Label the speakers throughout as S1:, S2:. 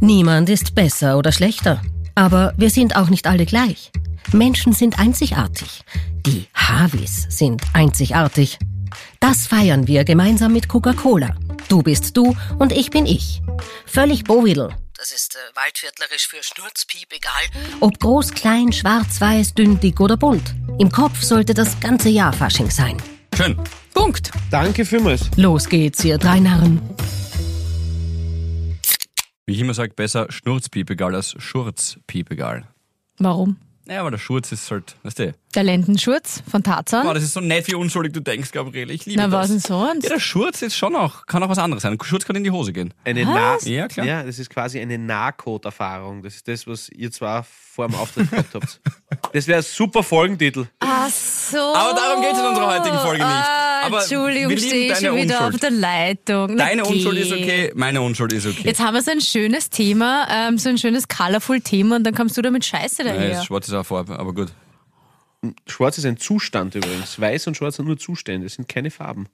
S1: Niemand ist besser oder schlechter. Aber wir sind auch nicht alle gleich. Menschen sind einzigartig. Die Havis sind einzigartig. Das feiern wir gemeinsam mit Coca-Cola. Du bist du und ich bin ich. Völlig Bovidel. Das ist äh, waldviertlerisch für Schnurzpiep, egal. Ob groß, klein, schwarz, weiß, dünn, dick oder bunt. Im Kopf sollte das ganze Jahr Fasching sein.
S2: Schön.
S1: Punkt.
S3: Danke vielmals.
S1: Los geht's, ihr drei Narren.
S2: Wie ich immer sage, besser Schnurzpiepegal als Schurzpiepegal.
S4: Warum?
S2: Naja, aber der Schurz ist halt, weißt du,
S4: Der Lendenschurz von Tarzan?
S2: boah, das ist so nett, wie unschuldig du denkst, Gabriele. Ich liebe
S4: Na,
S2: das.
S4: was denn sonst?
S2: Ja, der Schurz ist schon auch, kann auch was anderes sein. Ein Schurz kann in die Hose gehen.
S3: Eine Na
S2: Ja, klar.
S3: ja, das ist quasi eine Nahcode-Erfahrung. Das ist das, was ihr zwar vor dem Auftritt gehabt habt. Das wäre ein super Folgentitel.
S4: Ach so.
S2: Aber darum geht's in unserer heutigen Folge nicht.
S4: Ah,
S2: Aber
S4: Entschuldigung,
S2: wir lieben
S4: stehe ich
S2: deine
S4: schon wieder
S2: Unschuld.
S4: auf der Leitung. Na
S2: Deine Unschuld
S4: geh.
S2: ist okay, meine Unschuld ist okay.
S4: Jetzt haben wir so ein schönes Thema, ähm, so ein schönes colorful Thema und dann kommst du damit Scheiße
S2: Naja,
S4: daher.
S2: das Schwarz ist auch Farbe, aber gut.
S3: Schwarz ist ein Zustand übrigens. Weiß und Schwarz sind nur Zustände, es sind keine Farben.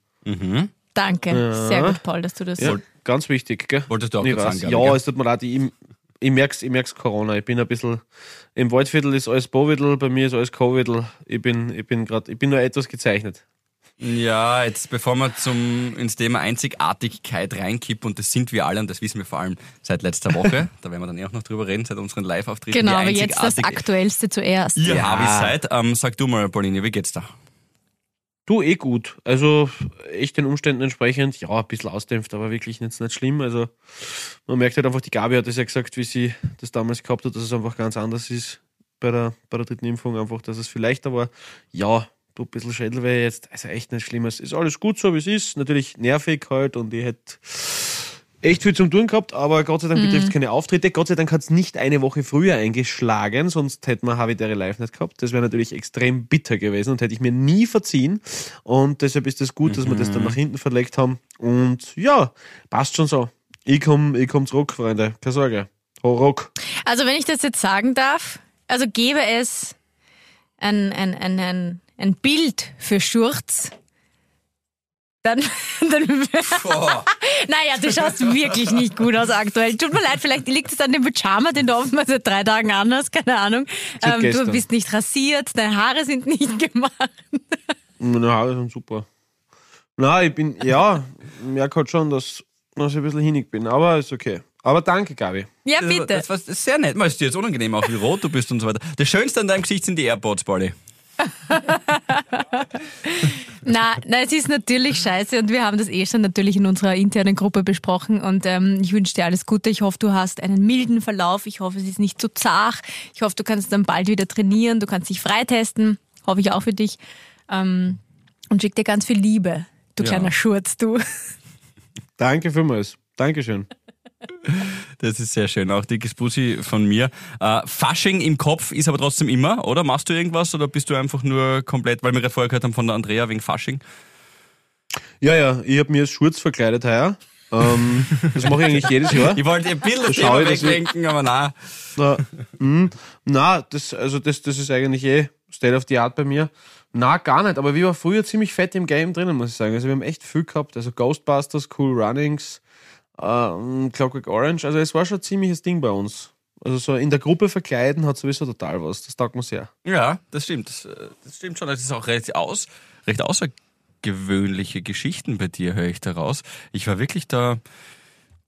S4: Danke. Sehr gut, Paul, dass du das
S3: Ja, ganz wichtig, gell?
S2: Wolltest du auch
S3: ich
S2: kurz
S3: weiß.
S2: sagen,
S3: Ja,
S2: gell?
S3: es tut mir leid, ich, ich merk's, ich merk's Corona. Ich bin ein bisschen im Waldviertel ist alles Bovidel, bei mir ist alles Covidel. Ich bin, ich bin gerade, ich bin nur etwas gezeichnet.
S2: Ja, jetzt bevor wir zum, ins Thema Einzigartigkeit reinkippen, und das sind wir alle, und das wissen wir vor allem seit letzter Woche, da werden wir dann eh auch noch drüber reden, seit unseren Live-Auftritten.
S4: Genau,
S2: wie
S4: aber jetzt das
S2: einzigartig
S4: Aktuellste zuerst.
S2: Ihr Havis seid. Ähm, sag du mal, Pauline, wie geht's da?
S3: Du eh gut. Also echt den Umständen entsprechend, ja, ein bisschen ausdämpft, aber wirklich jetzt nicht schlimm. Also man merkt halt einfach, die Gabi hat es ja gesagt, wie sie das damals gehabt hat, dass es einfach ganz anders ist bei der, bei der dritten Impfung, einfach, dass es vielleicht aber ja, du ein bisschen Schädelweh jetzt, also echt nichts Schlimmes. Ist alles gut so, wie es ist. Natürlich nervig halt und ich hätte echt viel zum Tun gehabt, aber Gott sei Dank betrifft keine Auftritte. Gott sei Dank hat es nicht eine Woche früher eingeschlagen, sonst hätten wir Havidere Live nicht gehabt. Das wäre natürlich extrem bitter gewesen und hätte ich mir nie verziehen. Und deshalb ist es das gut, dass wir das dann nach hinten verlegt haben. Und ja, passt schon so. Ich komme ich komm zurück, Freunde. Keine Sorge. Ho Rock.
S4: Also wenn ich das jetzt sagen darf, also gäbe es ein, ein, ein, ein, ein Bild für Schurz, dann, dann
S2: Boah.
S4: naja, du schaust wirklich nicht gut aus aktuell. Tut mir leid, vielleicht liegt es an dem Pyjama, den du offenbar seit drei Tagen an hast, keine Ahnung.
S3: Seit
S4: Ähm, du
S3: gestern.
S4: bist nicht rasiert, deine Haare sind nicht gemacht.
S3: Meine Haare sind super. Na, ich bin, ja, ich merke halt schon, dass, dass ich ein bisschen hinig bin, aber ist okay. Aber danke, Gabi.
S4: Ja,
S2: Das-
S4: bitte.
S2: Also, Das, war- das ist sehr nett. Mal ist dir jetzt unangenehm, auch wie rot du bist und so weiter. Das Schönste an deinem Gesicht sind die AirPods, Pauli.
S4: Na, na, es ist natürlich scheiße und wir haben das eh schon natürlich in unserer internen Gruppe besprochen und ähm, ich wünsche dir alles Gute. Ich hoffe, du hast einen milden Verlauf. Ich hoffe, es ist nicht zu zach. Ich hoffe, du kannst dann bald wieder trainieren. Du kannst dich freitesten. Hoffe ich auch für dich. Ähm, und schick dir ganz viel Liebe. Du
S2: Ja.
S4: kleiner Schurz, du.
S3: Danke vielmals. Dankeschön.
S2: Das ist sehr schön. Auch dickes Pussy von mir. Äh, Fasching im Kopf ist aber trotzdem immer, oder? Machst du irgendwas oder bist du einfach nur komplett, weil wir gerade vorher gehört haben von der Andrea wegen Fasching?
S3: Ja, ja, ich habe mir als Schurz verkleidet heuer. Ähm, das mache ich eigentlich jedes Jahr.
S2: Ich wollte ein bisschen das
S3: Schau
S2: Thema
S3: ich, dass ich-
S2: wegdenken, aber na.
S3: Na, mm, na das, also das, das ist eigentlich eh State of the Art bei mir. Na, gar nicht. Aber wir waren früher ziemlich fett im Game drinnen, muss ich sagen. Also wir haben echt viel gehabt. Also Ghostbusters, Cool Runnings, ähm, Clockwork Orange. Also es war schon ein ziemliches Ding bei uns. Also so in der Gruppe verkleiden hat sowieso total was. Das taugt mir sehr.
S2: Ja, das stimmt. Das, äh, das stimmt schon. Das ist auch recht, aus, recht außergewöhnliche Geschichten bei dir, höre ich daraus. Ich war wirklich da.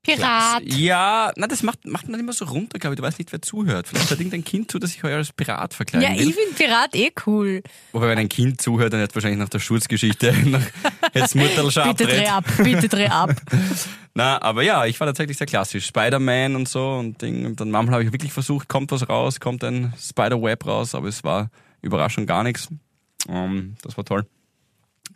S4: Pirat.
S2: Ja, na, das macht, macht man immer so runter, glaube ich. Du weißt nicht, wer zuhört. Vielleicht hört irgendein Kind zu, dass ich heuer als Pirat verkleiden
S4: Ja,
S2: will.
S4: ich finde Pirat eh cool.
S2: Wobei, wenn ein Kind zuhört, dann hat wahrscheinlich nach der Schurzgeschichte nach jetzt Mutterl schon
S4: Bitte
S2: abdreht.
S4: dreh ab, bitte dreh ab.
S2: Na, aber ja, ich war tatsächlich sehr klassisch. Spider-Man und so und Ding. Und dann manchmal habe ich wirklich versucht, kommt was raus, kommt ein Spider-Web raus, aber es war Überraschung gar nichts. Ähm, das war toll.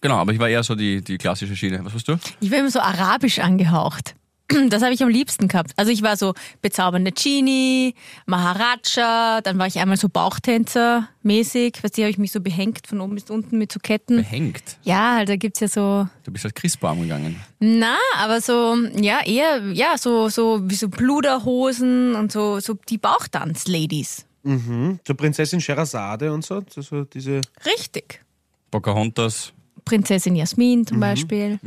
S2: Genau, aber ich war eher so die, die klassische Schiene. Was warst du?
S4: Ich war immer so arabisch angehaucht. Das habe ich am liebsten gehabt. Also ich war so bezaubernde Genie, Maharaja, dann war ich einmal so Bauchtänzer mäßig. Weißt du, habe ich mich so behängt von oben bis unten mit so Ketten.
S2: Behängt.
S4: Ja, also da gibt's ja so,
S2: Du bist als Christbaum gegangen.
S4: na, aber so, ja, eher, ja, so, so, wie so Pluderhosen und so, so die Bauchtanz-Ladies.
S3: Mhm. Zur Prinzessin Sherazade und so. Also diese
S4: Richtig.
S2: Pocahontas.
S4: Prinzessin Jasmin
S2: Mhm.
S4: zum Beispiel.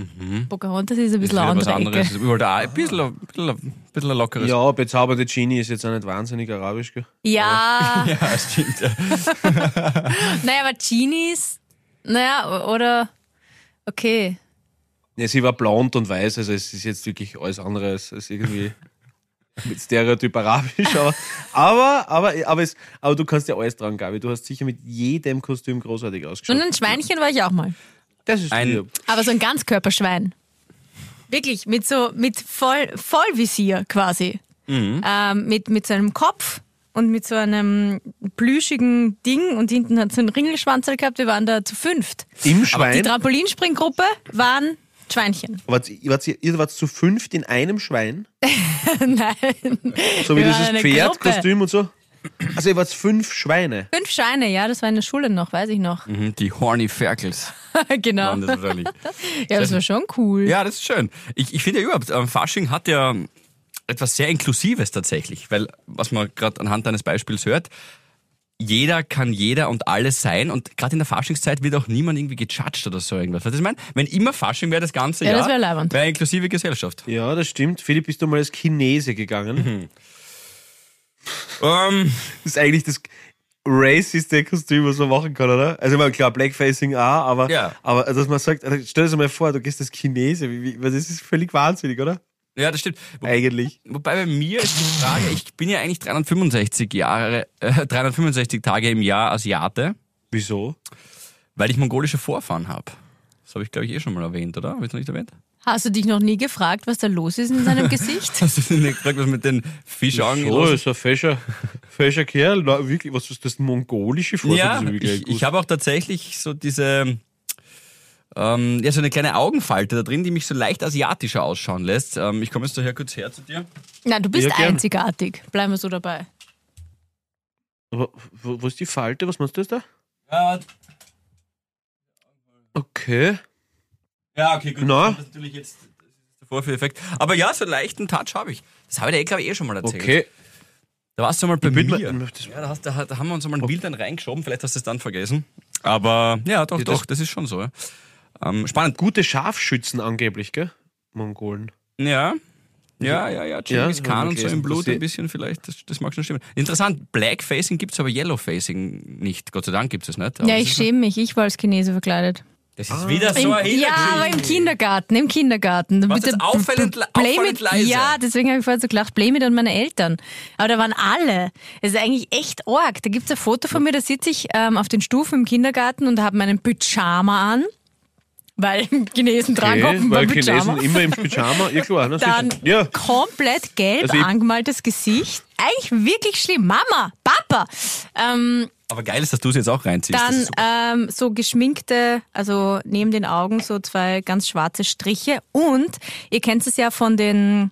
S4: Pocahontas ist ein bisschen eine
S2: wieder was
S4: andere
S2: anderes.
S4: Ecke.
S2: Ist überall da ein bisschen, ein bisschen, ein bisschen ein lockeres.
S3: Ja, bezauberte Genie ist jetzt auch nicht wahnsinnig arabisch, gell?
S4: Ja,
S2: ja stimmt. Ja.
S4: naja, aber Genies, naja, o- oder, okay.
S3: Ja, sie war blond und weiß, also es ist jetzt wirklich alles andere als, als irgendwie mit Stereotyp arabisch, aber, aber, aber, aber, es, aber du kannst ja alles dran, Gabi. Du hast sicher mit jedem Kostüm großartig
S4: Und
S3: ausgeschaut.
S4: ein Schweinchen war ich auch mal.
S3: Das ist
S2: Ein-
S3: lieb.
S4: Aber so ein Ganzkörperschwein. Wirklich, mit so, mit voll, Vollvisier quasi.
S2: Mhm.
S4: Ähm, mit, mit so einem Kopf und mit so einem plüschigen Ding und hinten hat so einen Ringelschwanzel gehabt. Wir waren da zu fünft.
S3: Im
S4: Die
S3: Schwein.
S4: Trampolinspringgruppe waren Schweinchen.
S3: Wart, wart ihr, ihr wart zu fünft in einem Schwein?
S4: Nein.
S3: So wie
S4: Wir waren
S3: dieses
S4: eine
S3: Pferd,
S4: Gruppe.
S3: Kostüm und so. Also ihr wart fünf Schweine.
S4: Fünf Scheine, ja, das war in der Schule noch, weiß ich noch.
S2: Mhm, Die Horny Ferkels.
S4: genau.
S2: waren das wahrscheinlich.
S4: Ja, das war schon cool.
S2: Ja, das ist schön. Ich, ich finde ja überhaupt, ähm, Fasching hat ja etwas sehr Inklusives tatsächlich, weil, was man gerade anhand deines Beispiels hört, jeder kann jeder und alles sein und gerade in der Faschingszeit wird auch niemand irgendwie gejudged oder so irgendwas. Weißt du, Was ich meine? Wenn immer Fasching wäre das ganze
S4: Ja,
S2: Jahr,
S4: das wär leibend.
S2: wäre inklusive Gesellschaft.
S3: Ja, das stimmt. Philipp, bist du mal als Chinese gegangen?
S2: Ähm,
S3: Das ist eigentlich das raciste Kostüm, was man machen kann, oder? Also, ich meine, klar, Blackfacing auch, aber,
S2: Ja.
S3: aber dass man sagt, also stell dir das mal vor, du gehst als Chinese, wie, wie, weil das ist völlig wahnsinnig, oder?
S2: ja, das stimmt. Wo,
S3: Eigentlich.
S2: Wobei bei mir ist die Frage, ich bin ja eigentlich 365 Jahre, äh, 365 Tage im Jahr Asiate,
S3: Wieso?
S2: weil ich mongolische Vorfahren habe. Das habe ich, glaube ich, eh schon mal erwähnt, oder? Habe ich noch nicht erwähnt?
S4: Hast du dich noch nie gefragt, was da los ist in seinem Gesicht?
S2: Hast du denn gefragt, was mit den Fischaugen
S3: So, genau, ist ein fescher, fescher Kerl. Na, wirklich, was ist das? Mongolische Vorfahren?
S2: Ja,
S3: das ist wirklich
S2: ich, ich habe auch tatsächlich so diese, ähm, ja, so eine kleine Augenfalte da drin, die mich so leicht asiatischer ausschauen lässt. Ähm, ich komme jetzt daher kurz her zu dir.
S4: Nein, du bist
S3: Ja, gern.
S4: einzigartig. Bleiben wir so dabei.
S3: aber wo, wo ist die Falte? Was meinst du jetzt da?
S2: Ja,
S3: Okay.
S2: ja okay, gut.
S3: Na?
S2: Das ist natürlich jetzt das ist der Vorführeffekt. Aber ja, so einen leichten Touch habe ich. Das habe ich dir, eh, glaube ich, eh schon mal erzählt.
S3: Okay.
S2: Da warst du mal bei
S3: bin
S2: mir.
S3: mal- das-
S2: ja, da, hast, da, da haben wir uns mal ein Bild dann reingeschoben. Vielleicht hast du es dann vergessen. Aber ja, doch,
S3: Ja, das-
S2: doch, das ist schon so. Ja. Ähm, spannend.
S3: Gute Scharfschützen angeblich, gell? Mongolen.
S2: Ja. Ja, ja, ja.
S3: Ja,
S2: Genghis
S3: das hab
S2: Khan
S3: ich
S2: und so
S3: gelesen,
S2: im Blut
S3: dass sie-
S2: ein bisschen vielleicht. Das, das mag schon stimmen. Interessant, Blackfacing gibt's aber Yellowfacing nicht. Gott sei Dank gibt's es nicht. Aber
S4: ja,
S2: das
S4: ich
S2: ist-
S4: schäme mich. Ich war als Chinese verkleidet.
S2: Das ist wieder so
S4: Im,
S2: ein
S4: ja, aber im Kindergarten, im Kindergarten.
S2: Warst
S4: Bitte
S2: jetzt auffällend-
S4: b- blame
S2: auffällend
S4: it-
S2: leise?
S4: Ja, deswegen habe ich vorher so gelacht, blame it an meine Eltern. Aber da waren alle. Es ist eigentlich echt arg. Da gibt's ein Foto von mir, da sitze ich ähm, auf den Stufen im Kindergarten und habe meinen Pyjama an, weil Chinesen tragen offenbar
S3: weil
S4: Pyjama.
S3: Chinesen immer im Pyjama. Ja, klar. Na,
S4: Dann
S3: sicher. ja.
S4: komplett gelb
S3: Also ich-
S4: angemaltes Gesicht. Eigentlich wirklich schlimm. Mama, Papa. Ähm,
S2: Aber geil ist, dass du es jetzt auch reinziehst. das
S4: dann
S2: ist super.
S4: ähm, so geschminkte, also neben den Augen so zwei ganz schwarze Striche. Und ihr kennt es ja von den,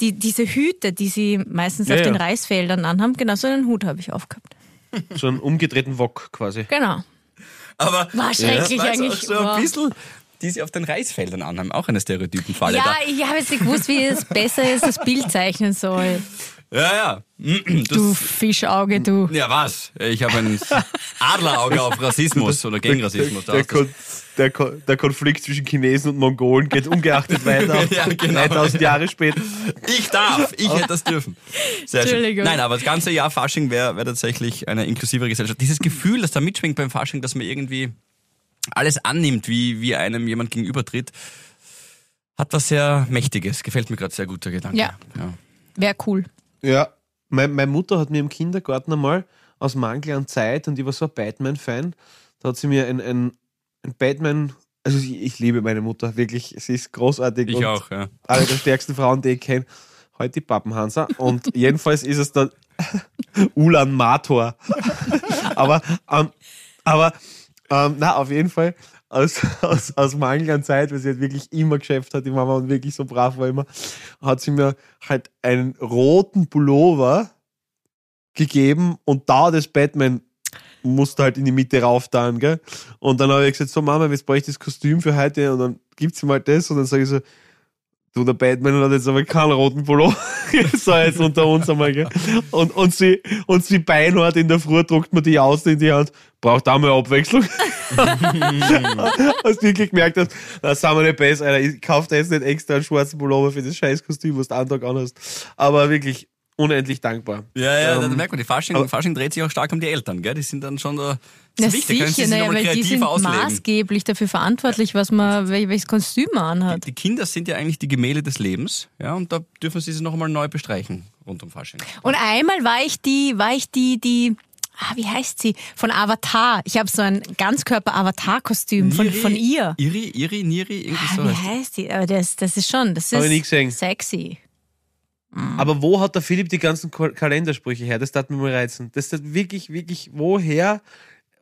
S4: die, diese Hüte, die sie meistens
S3: Ja,
S4: auf den
S3: ja.
S4: Reisfeldern anhaben. Genau, so einen Hut habe ich aufgehabt.
S3: So einen umgedrehten Wok quasi.
S4: Genau.
S2: aber
S4: war schrecklich
S2: weißt du,
S4: eigentlich,
S2: Auch so
S4: aber-
S2: ein bisschen, die sie auf den Reisfeldern anhaben. Auch eine Stereotypenfalle
S4: ja, ich habe jetzt nicht gewusst, wie es besser ist, das Bild zeichnen soll.
S2: da. Ja, ja. Das,
S4: Du Fischauge, du.
S2: ja, was? Ich habe ein Adlerauge auf Rassismus oder gegen Rassismus. also Da
S3: Der,
S2: hast du's.
S3: Kon der, Kon der Konflikt zwischen Chinesen und Mongolen geht ungeachtet weiter.
S2: Ja, genau.
S3: 3000 Jahre später.
S2: Ich darf, ich hätte das dürfen. Sehr schön.
S4: Entschuldigung.
S2: Nein, aber das ganze Jahr Fasching wäre wär tatsächlich eine inklusivere Gesellschaft. Dieses Gefühl, das da mitschwingt beim Fasching, dass man irgendwie alles annimmt, wie, wie einem jemand gegenübertritt, hat was sehr Mächtiges. Gefällt mir gerade sehr gut, der Gedanke.
S4: Ja.
S2: ja.
S4: Wäre cool.
S3: Ja. Mein, meine Mutter hat mir im Kindergarten einmal aus Mangel an Zeit und ich war so ein Batman-Fan, da hat sie mir ein, ein, ein Batman. Also ich, ich liebe meine Mutter, wirklich. Sie ist großartig.
S2: Ich
S3: und
S2: auch, ja.
S3: Eine der stärksten Frauen, die ich kenne. Heute die Pappenhansa. Und jedenfalls ist es dann Ulan Mator. aber ähm, aber ähm, na, auf jeden Fall aus, aus, aus Mangel an Zeit, weil sie halt wirklich immer geschäft hat, die Mama und wirklich so brav war immer, hat sie mir halt einen roten Pullover gegeben und da das Batman musste halt in die Mitte rauf dann, gell? halt Und dann habe ich gesagt, so Mama, jetzt brauche ich das Kostüm für heute und dann gibt sie mal das und dann sage ich so, du, der Batman hat jetzt aber keinen roten Pullover. so jetzt unter uns einmal, gell? Und, und sie, und sie beinhart in der Früh druckt mir die aus in die Hand. Braucht da mal Abwechslung. hast du wirklich gemerkt hast, das sind wir nicht besser, Alter. Ich kauf da jetzt nicht extra einen schwarzen Pullover für das scheiß Kostüm, was du einen Tag anhast. Aber wirklich unendlich dankbar.
S2: Ja, ja,
S3: Ähm,
S2: da merkt man, die Fasching, Fasching dreht sich auch stark um die Eltern, gell? Die sind dann schon da. Das
S4: Na
S2: ist wichtig, da können sie
S4: sicher,
S2: sich
S4: naja,
S2: nochmal
S4: weil die
S2: kreativ
S4: sind
S2: ausleben.
S4: maßgeblich dafür verantwortlich, was man, wel- welches Kostüm man anhat.
S2: Die Kinder sind ja eigentlich die Gemälde des Lebens, ja, und da dürfen sie sie noch einmal neu bestreichen rund um Fasching.
S4: Und einmal war ich die, war ich die, die, ah, wie heißt sie? Von Avatar. Ich habe so ein Ganzkörper-Avatar-Kostüm von,
S2: Niri-
S4: von ihr.
S2: Iri, Iri, Niri, irgendwie
S4: Ah,
S2: so
S4: wie
S2: heißt. die.
S4: heißt die? Aber das, das ist schon, das
S3: Hab ich nie
S4: ist
S3: gesehen.
S4: sexy.
S3: Aber wo hat der Philipp die ganzen Ko- Kalendersprüche her? Das tat mir mal reizen. Das tat wirklich, wirklich, woher,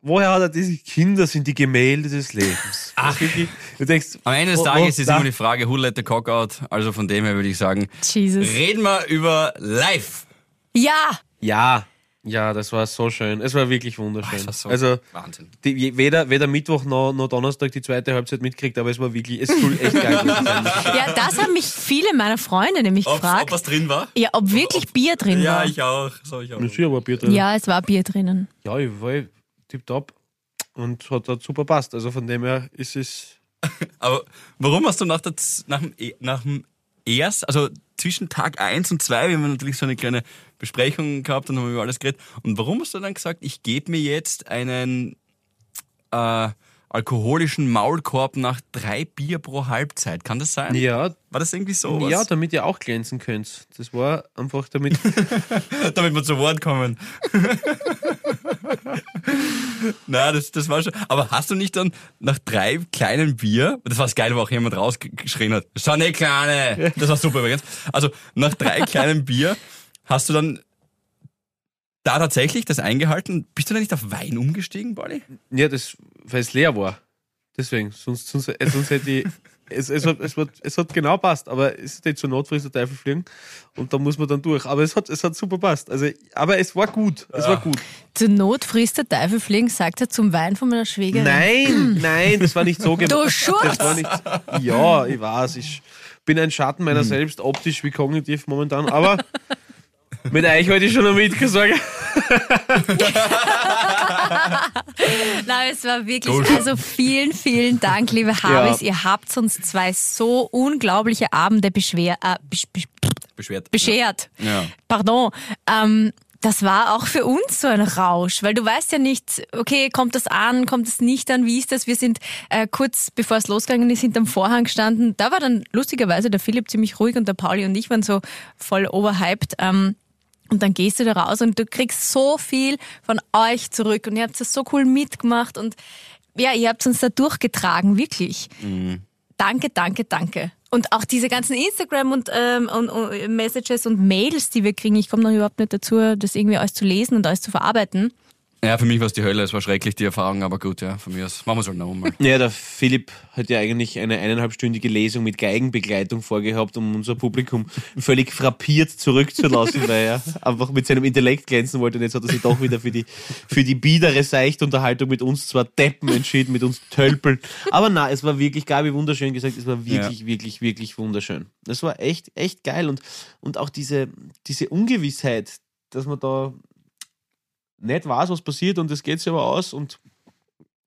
S3: woher hat er diese Kinder sind die Gemälde des Lebens? Ach, wirklich, du denkst,
S2: Am Ende des
S3: wo-
S2: Tages
S3: wo-
S2: ist
S3: da-
S2: immer die Frage, who let the cock out? Also von dem her würde ich sagen,
S4: Jesus.
S2: reden wir über live.
S4: Ja,
S3: Ja, ja, das war so schön. Es war wirklich wunderschön.
S2: Das war so
S3: also,
S2: Wahnsinn.
S3: die, je- weder, weder Mittwoch noch, noch Donnerstag die zweite Halbzeit mitkriegt, aber es war wirklich, es soll echt geil gewesen sein.
S4: ja, das haben mich viele meiner Freunde nämlich gefragt.
S2: drin war?
S4: ja, ob wirklich Bier drin war.
S2: auch. So, ich auch.
S3: Ich war Bier drin.
S4: ja, es war Bier drinnen.
S3: ja, ich war tipptopp und hat, hat super passt. Also von dem her ist es.
S2: Aber warum hast du nach, der, Z- nach, dem, E- nach dem erst, also zwischen Tag 1 und 2, wir haben natürlich so eine kleine Besprechung gehabt und haben über alles geredet. Und warum hast du dann gesagt, ich gebe mir jetzt einen äh, alkoholischen Maulkorb nach drei Bier pro Halbzeit? Kann das sein?
S3: Ja,
S2: War das irgendwie so?
S3: Ja, damit ihr auch glänzen könnt. Das war einfach damit.
S2: damit wir zu Wort kommen. Na, das, das war schon. Aber hast du nicht dann nach drei kleinen Bier, das war das Geile, wo auch jemand rausgeschrien hat, schon eine kleine. Das war super übrigens. Also nach drei kleinen Bier hast du dann da tatsächlich das eingehalten. Bist du da nicht auf Wein umgestiegen, Bolli?
S3: ja, das, weil es leer war. Deswegen, sonst, sonst, äh, sonst hätte ich. Es, es, hat, es, hat, es hat genau passt, aber es ist nicht zur Notfrist der Teufel fliegen und da muss man dann durch. Aber es hat, es hat super passt. Also, aber es war gut. Es war gut.
S4: Zur Not frisst der Teufel fliegen, sagt er zum Wein von meiner Schwägerin.
S3: Nein, nein, das war nicht so gemeint.
S4: Du Schurz!
S3: Das war nicht, ja, ich weiß, ich bin ein Schatten meiner selbst, optisch wie kognitiv momentan, aber mit euch heute schon noch mitgesorgt.
S4: Nein, es war wirklich,
S2: Dusch.
S4: also vielen, vielen Dank, liebe Harvis. Ihr habt uns zwei so unglaubliche Abende beschwer, äh, besch, besch,
S2: Beschwert.
S4: beschert.
S2: Ja.
S4: Pardon. Ähm, das war auch für uns so ein Rausch, weil du weißt ja nicht, okay, kommt das an, kommt das nicht an, wie ist das? Wir sind äh, kurz bevor es losgegangen ist, hinterm Vorhang gestanden. Da war dann lustigerweise der Philipp ziemlich ruhig und der Pauli und ich waren so voll overhyped. Ähm, und dann gehst du da raus und du kriegst so viel von euch zurück und ihr habt das so cool mitgemacht und ja, ihr habt uns da durchgetragen, wirklich. Danke, danke, danke. Und auch diese ganzen Instagram und, ähm, und, und Messages und Mails, die wir kriegen, ich komme noch überhaupt nicht dazu, das irgendwie alles zu lesen und alles zu verarbeiten.
S2: Ja, für mich war es die Hölle. Es war schrecklich, die Erfahrung, aber gut, ja, von mir aus. Machen wir es halt noch einmal.
S3: Ja, der Philipp hat ja eigentlich eine eineinhalbstündige Lesung mit Geigenbegleitung vorgehabt, um unser Publikum völlig frappiert zurückzulassen, weil er einfach mit seinem Intellekt glänzen wollte. Und jetzt hat er sich doch wieder für die, für die biedere Seichtunterhaltung mit uns zwar Deppen entschieden, mit uns Tölpeln. Aber na, es war wirklich, Gabi, wunderschön gesagt, es war wirklich, wirklich, wirklich wunderschön. Das war echt, echt geil. Und, und auch diese, diese Ungewissheit, dass man da nicht weiß, was passiert und es geht sich aber aus und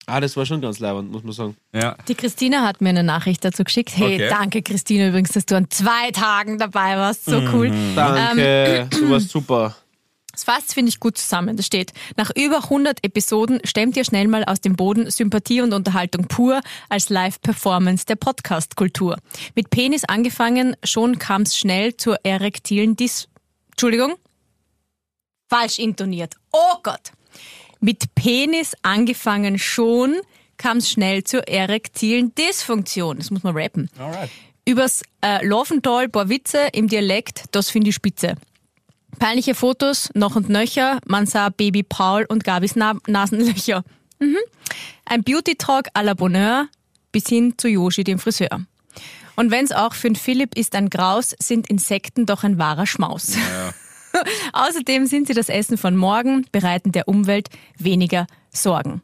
S3: Ah, das war schon ganz leibend, muss man sagen.
S2: Ja.
S4: Die Christina hat mir eine Nachricht dazu geschickt. Hey,
S2: Okay.
S4: danke Christina übrigens, dass du an zwei Tagen dabei warst. So cool.
S3: Danke, du warst super.
S4: Das fasst, finde ich, gut zusammen. Da steht, nach über 100 Episoden stemmt ihr schnell mal aus dem Boden Sympathie und Unterhaltung pur als Live-Performance der Podcast-Kultur. Mit Penis angefangen, schon kam es schnell zur erektilen Dis... Entschuldigung? Falsch intoniert. Oh Gott! Mit Penis angefangen, schon kam es schnell zur erektilen Dysfunktion. Das muss man rappen.
S2: Alright.
S4: Übers äh, Laufental, paar Witze im Dialekt, das finde ich spitze. Peinliche Fotos, noch und nöcher, man sah Baby Paul und Gabis Na Nasenlöcher. Mhm. Ein Beauty-Talk à la Bonheur bis hin zu Yoshi, dem Friseur. Und wenn's auch für den Philipp ist ein Graus, sind Insekten doch ein wahrer Schmaus. Außerdem sind sie das Essen von morgen, bereiten der Umwelt weniger Sorgen.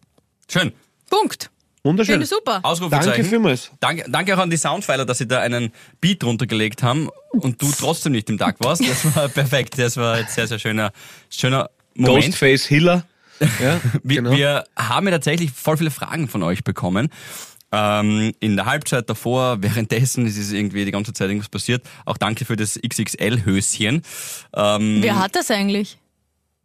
S2: Schön.
S4: Punkt.
S3: Wunderschön.
S4: Finde ich super.
S2: Ausrufezeichen.
S3: Danke vielmals.
S2: Danke, danke auch an die Soundpfeiler, dass sie da einen Beat runtergelegt haben und du trotzdem nicht im Tag warst. Das war perfekt. Das war ein sehr, sehr schöner, schöner Moment.
S3: Ghostface Hiller. Ja,
S2: Wir,
S3: genau.
S2: wir haben ja tatsächlich voll viele Fragen von euch bekommen. Ähm, in der Halbzeit davor, währenddessen es ist irgendwie die ganze Zeit irgendwas passiert. Auch danke für das XXL-Höschen. Ähm,
S4: Wer hat das eigentlich?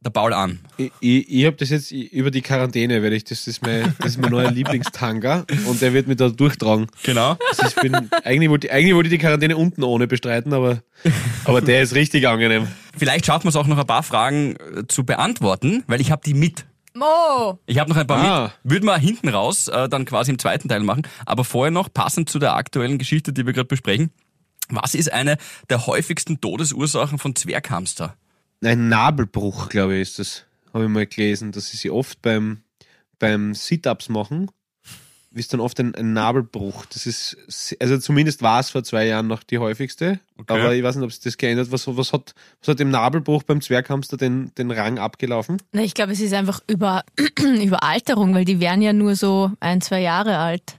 S2: Der Paul an.
S3: Ich, ich, ich habe das jetzt i- über die Quarantäne, werde ich das ist mein, das ist mein neuer Lieblingstanga und der wird mir da durchtragen.
S2: Genau.
S3: Also ich bin, eigentlich, wollte, eigentlich wollte ich die Quarantäne unten ohne bestreiten, aber, aber der ist richtig angenehm.
S2: Vielleicht schaffen wir es auch noch ein paar Fragen äh, zu beantworten, weil ich habe die mit.
S4: Oh,
S2: Ich habe noch ein paar
S3: Ah.
S2: mit. Würden wir hinten raus äh, dann quasi im zweiten Teil machen. Aber vorher noch, passend zu der aktuellen Geschichte, die wir gerade besprechen. Was ist eine der häufigsten Todesursachen von Zwerghamster?
S3: Ein Nabelbruch, glaube ich, ist das. Habe ich mal gelesen, dass sie sie oft beim, beim Sit-Ups machen, ist dann oft ein, ein Nabelbruch. Das ist, se- also zumindest war es vor zwei Jahren noch die häufigste,
S2: Okay.
S3: aber ich weiß nicht, ob es das geändert hat. Was, was, hat, was hat dem Nabelbruch beim Zwerghamster den, den Rang abgelaufen?
S4: na, ich glaube, es ist einfach über Überalterung, weil die wären ja nur so ein, zwei Jahre alt.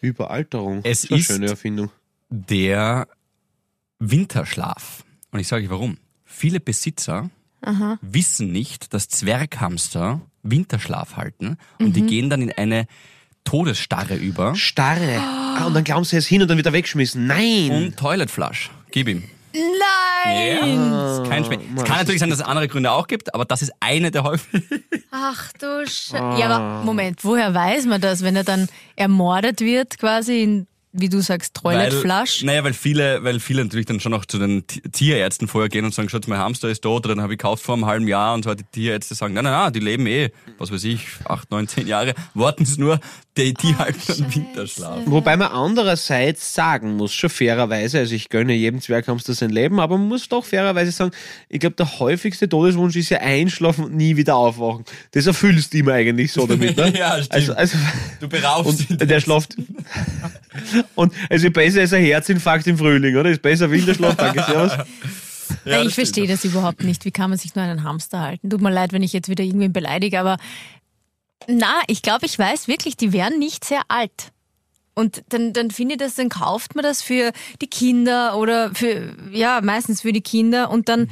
S3: Überalterung.
S2: Es
S3: Das eine
S2: ist-
S3: schöne Erfindung.
S2: Der Winterschlaf. Und ich sage euch warum. Viele Besitzer wissen nicht, dass Zwerghamster Winterschlaf halten und die gehen dann in eine Todesstarre über.
S3: Starre. Ah, und dann glauben sie es hin und dann wieder wegschmissen. Nein!
S2: Und Toilet Flush. Gib ihm.
S4: Nein!
S2: Ist kein Schmäh.
S3: Ah, Mann,
S2: Es
S3: das
S2: kann natürlich sein, dass es andere Gründe auch gibt, aber das ist eine der häufigsten.
S4: Ach du Scheiße. Ja, aber Moment, woher weiß man das, wenn er dann ermordet wird, quasi in, wie du sagst, Toilet
S2: Weil-
S4: Flush?
S2: Naja, weil viele, weil viele natürlich dann schon auch zu den T- Tierärzten vorher gehen und sagen, schaut, mein Hamster ist tot oder dann habe ich gekauft vor einem halben Jahr und so die Tierärzte sagen, nein, nein, nein, die leben eh, was weiß ich, acht, neun, zehn Jahre, warten sie nur, die, die halten dann Winterschlaf.
S3: Wobei man andererseits sagen muss, schon fairerweise, also ich gönne jedem Zwerghamster sein Leben, aber man muss doch fairerweise sagen, ich glaube, der häufigste Todeswunsch ist ja einschlafen und nie wieder aufwachen. Das erfüllst du ihm eigentlich so damit, ne?
S2: Ja, stimmt.
S3: Also, also,
S2: Du beraubst ihn.
S3: und der schlaft. Und also besser ist ein Herzinfarkt im Frühling, oder? Ist besser Winterschlaf, danke, servus.
S2: Ja,
S4: ich
S2: das stimmt.
S4: verstehe das überhaupt nicht. Wie kann man sich nur einen Hamster halten? Tut mir leid, wenn ich jetzt wieder irgendwen beleidige, aber na, ich glaube, ich weiß wirklich, die wären nicht sehr alt. Und dann, dann finde ich das, dann kauft man das für die Kinder oder für, ja, meistens für die Kinder und dann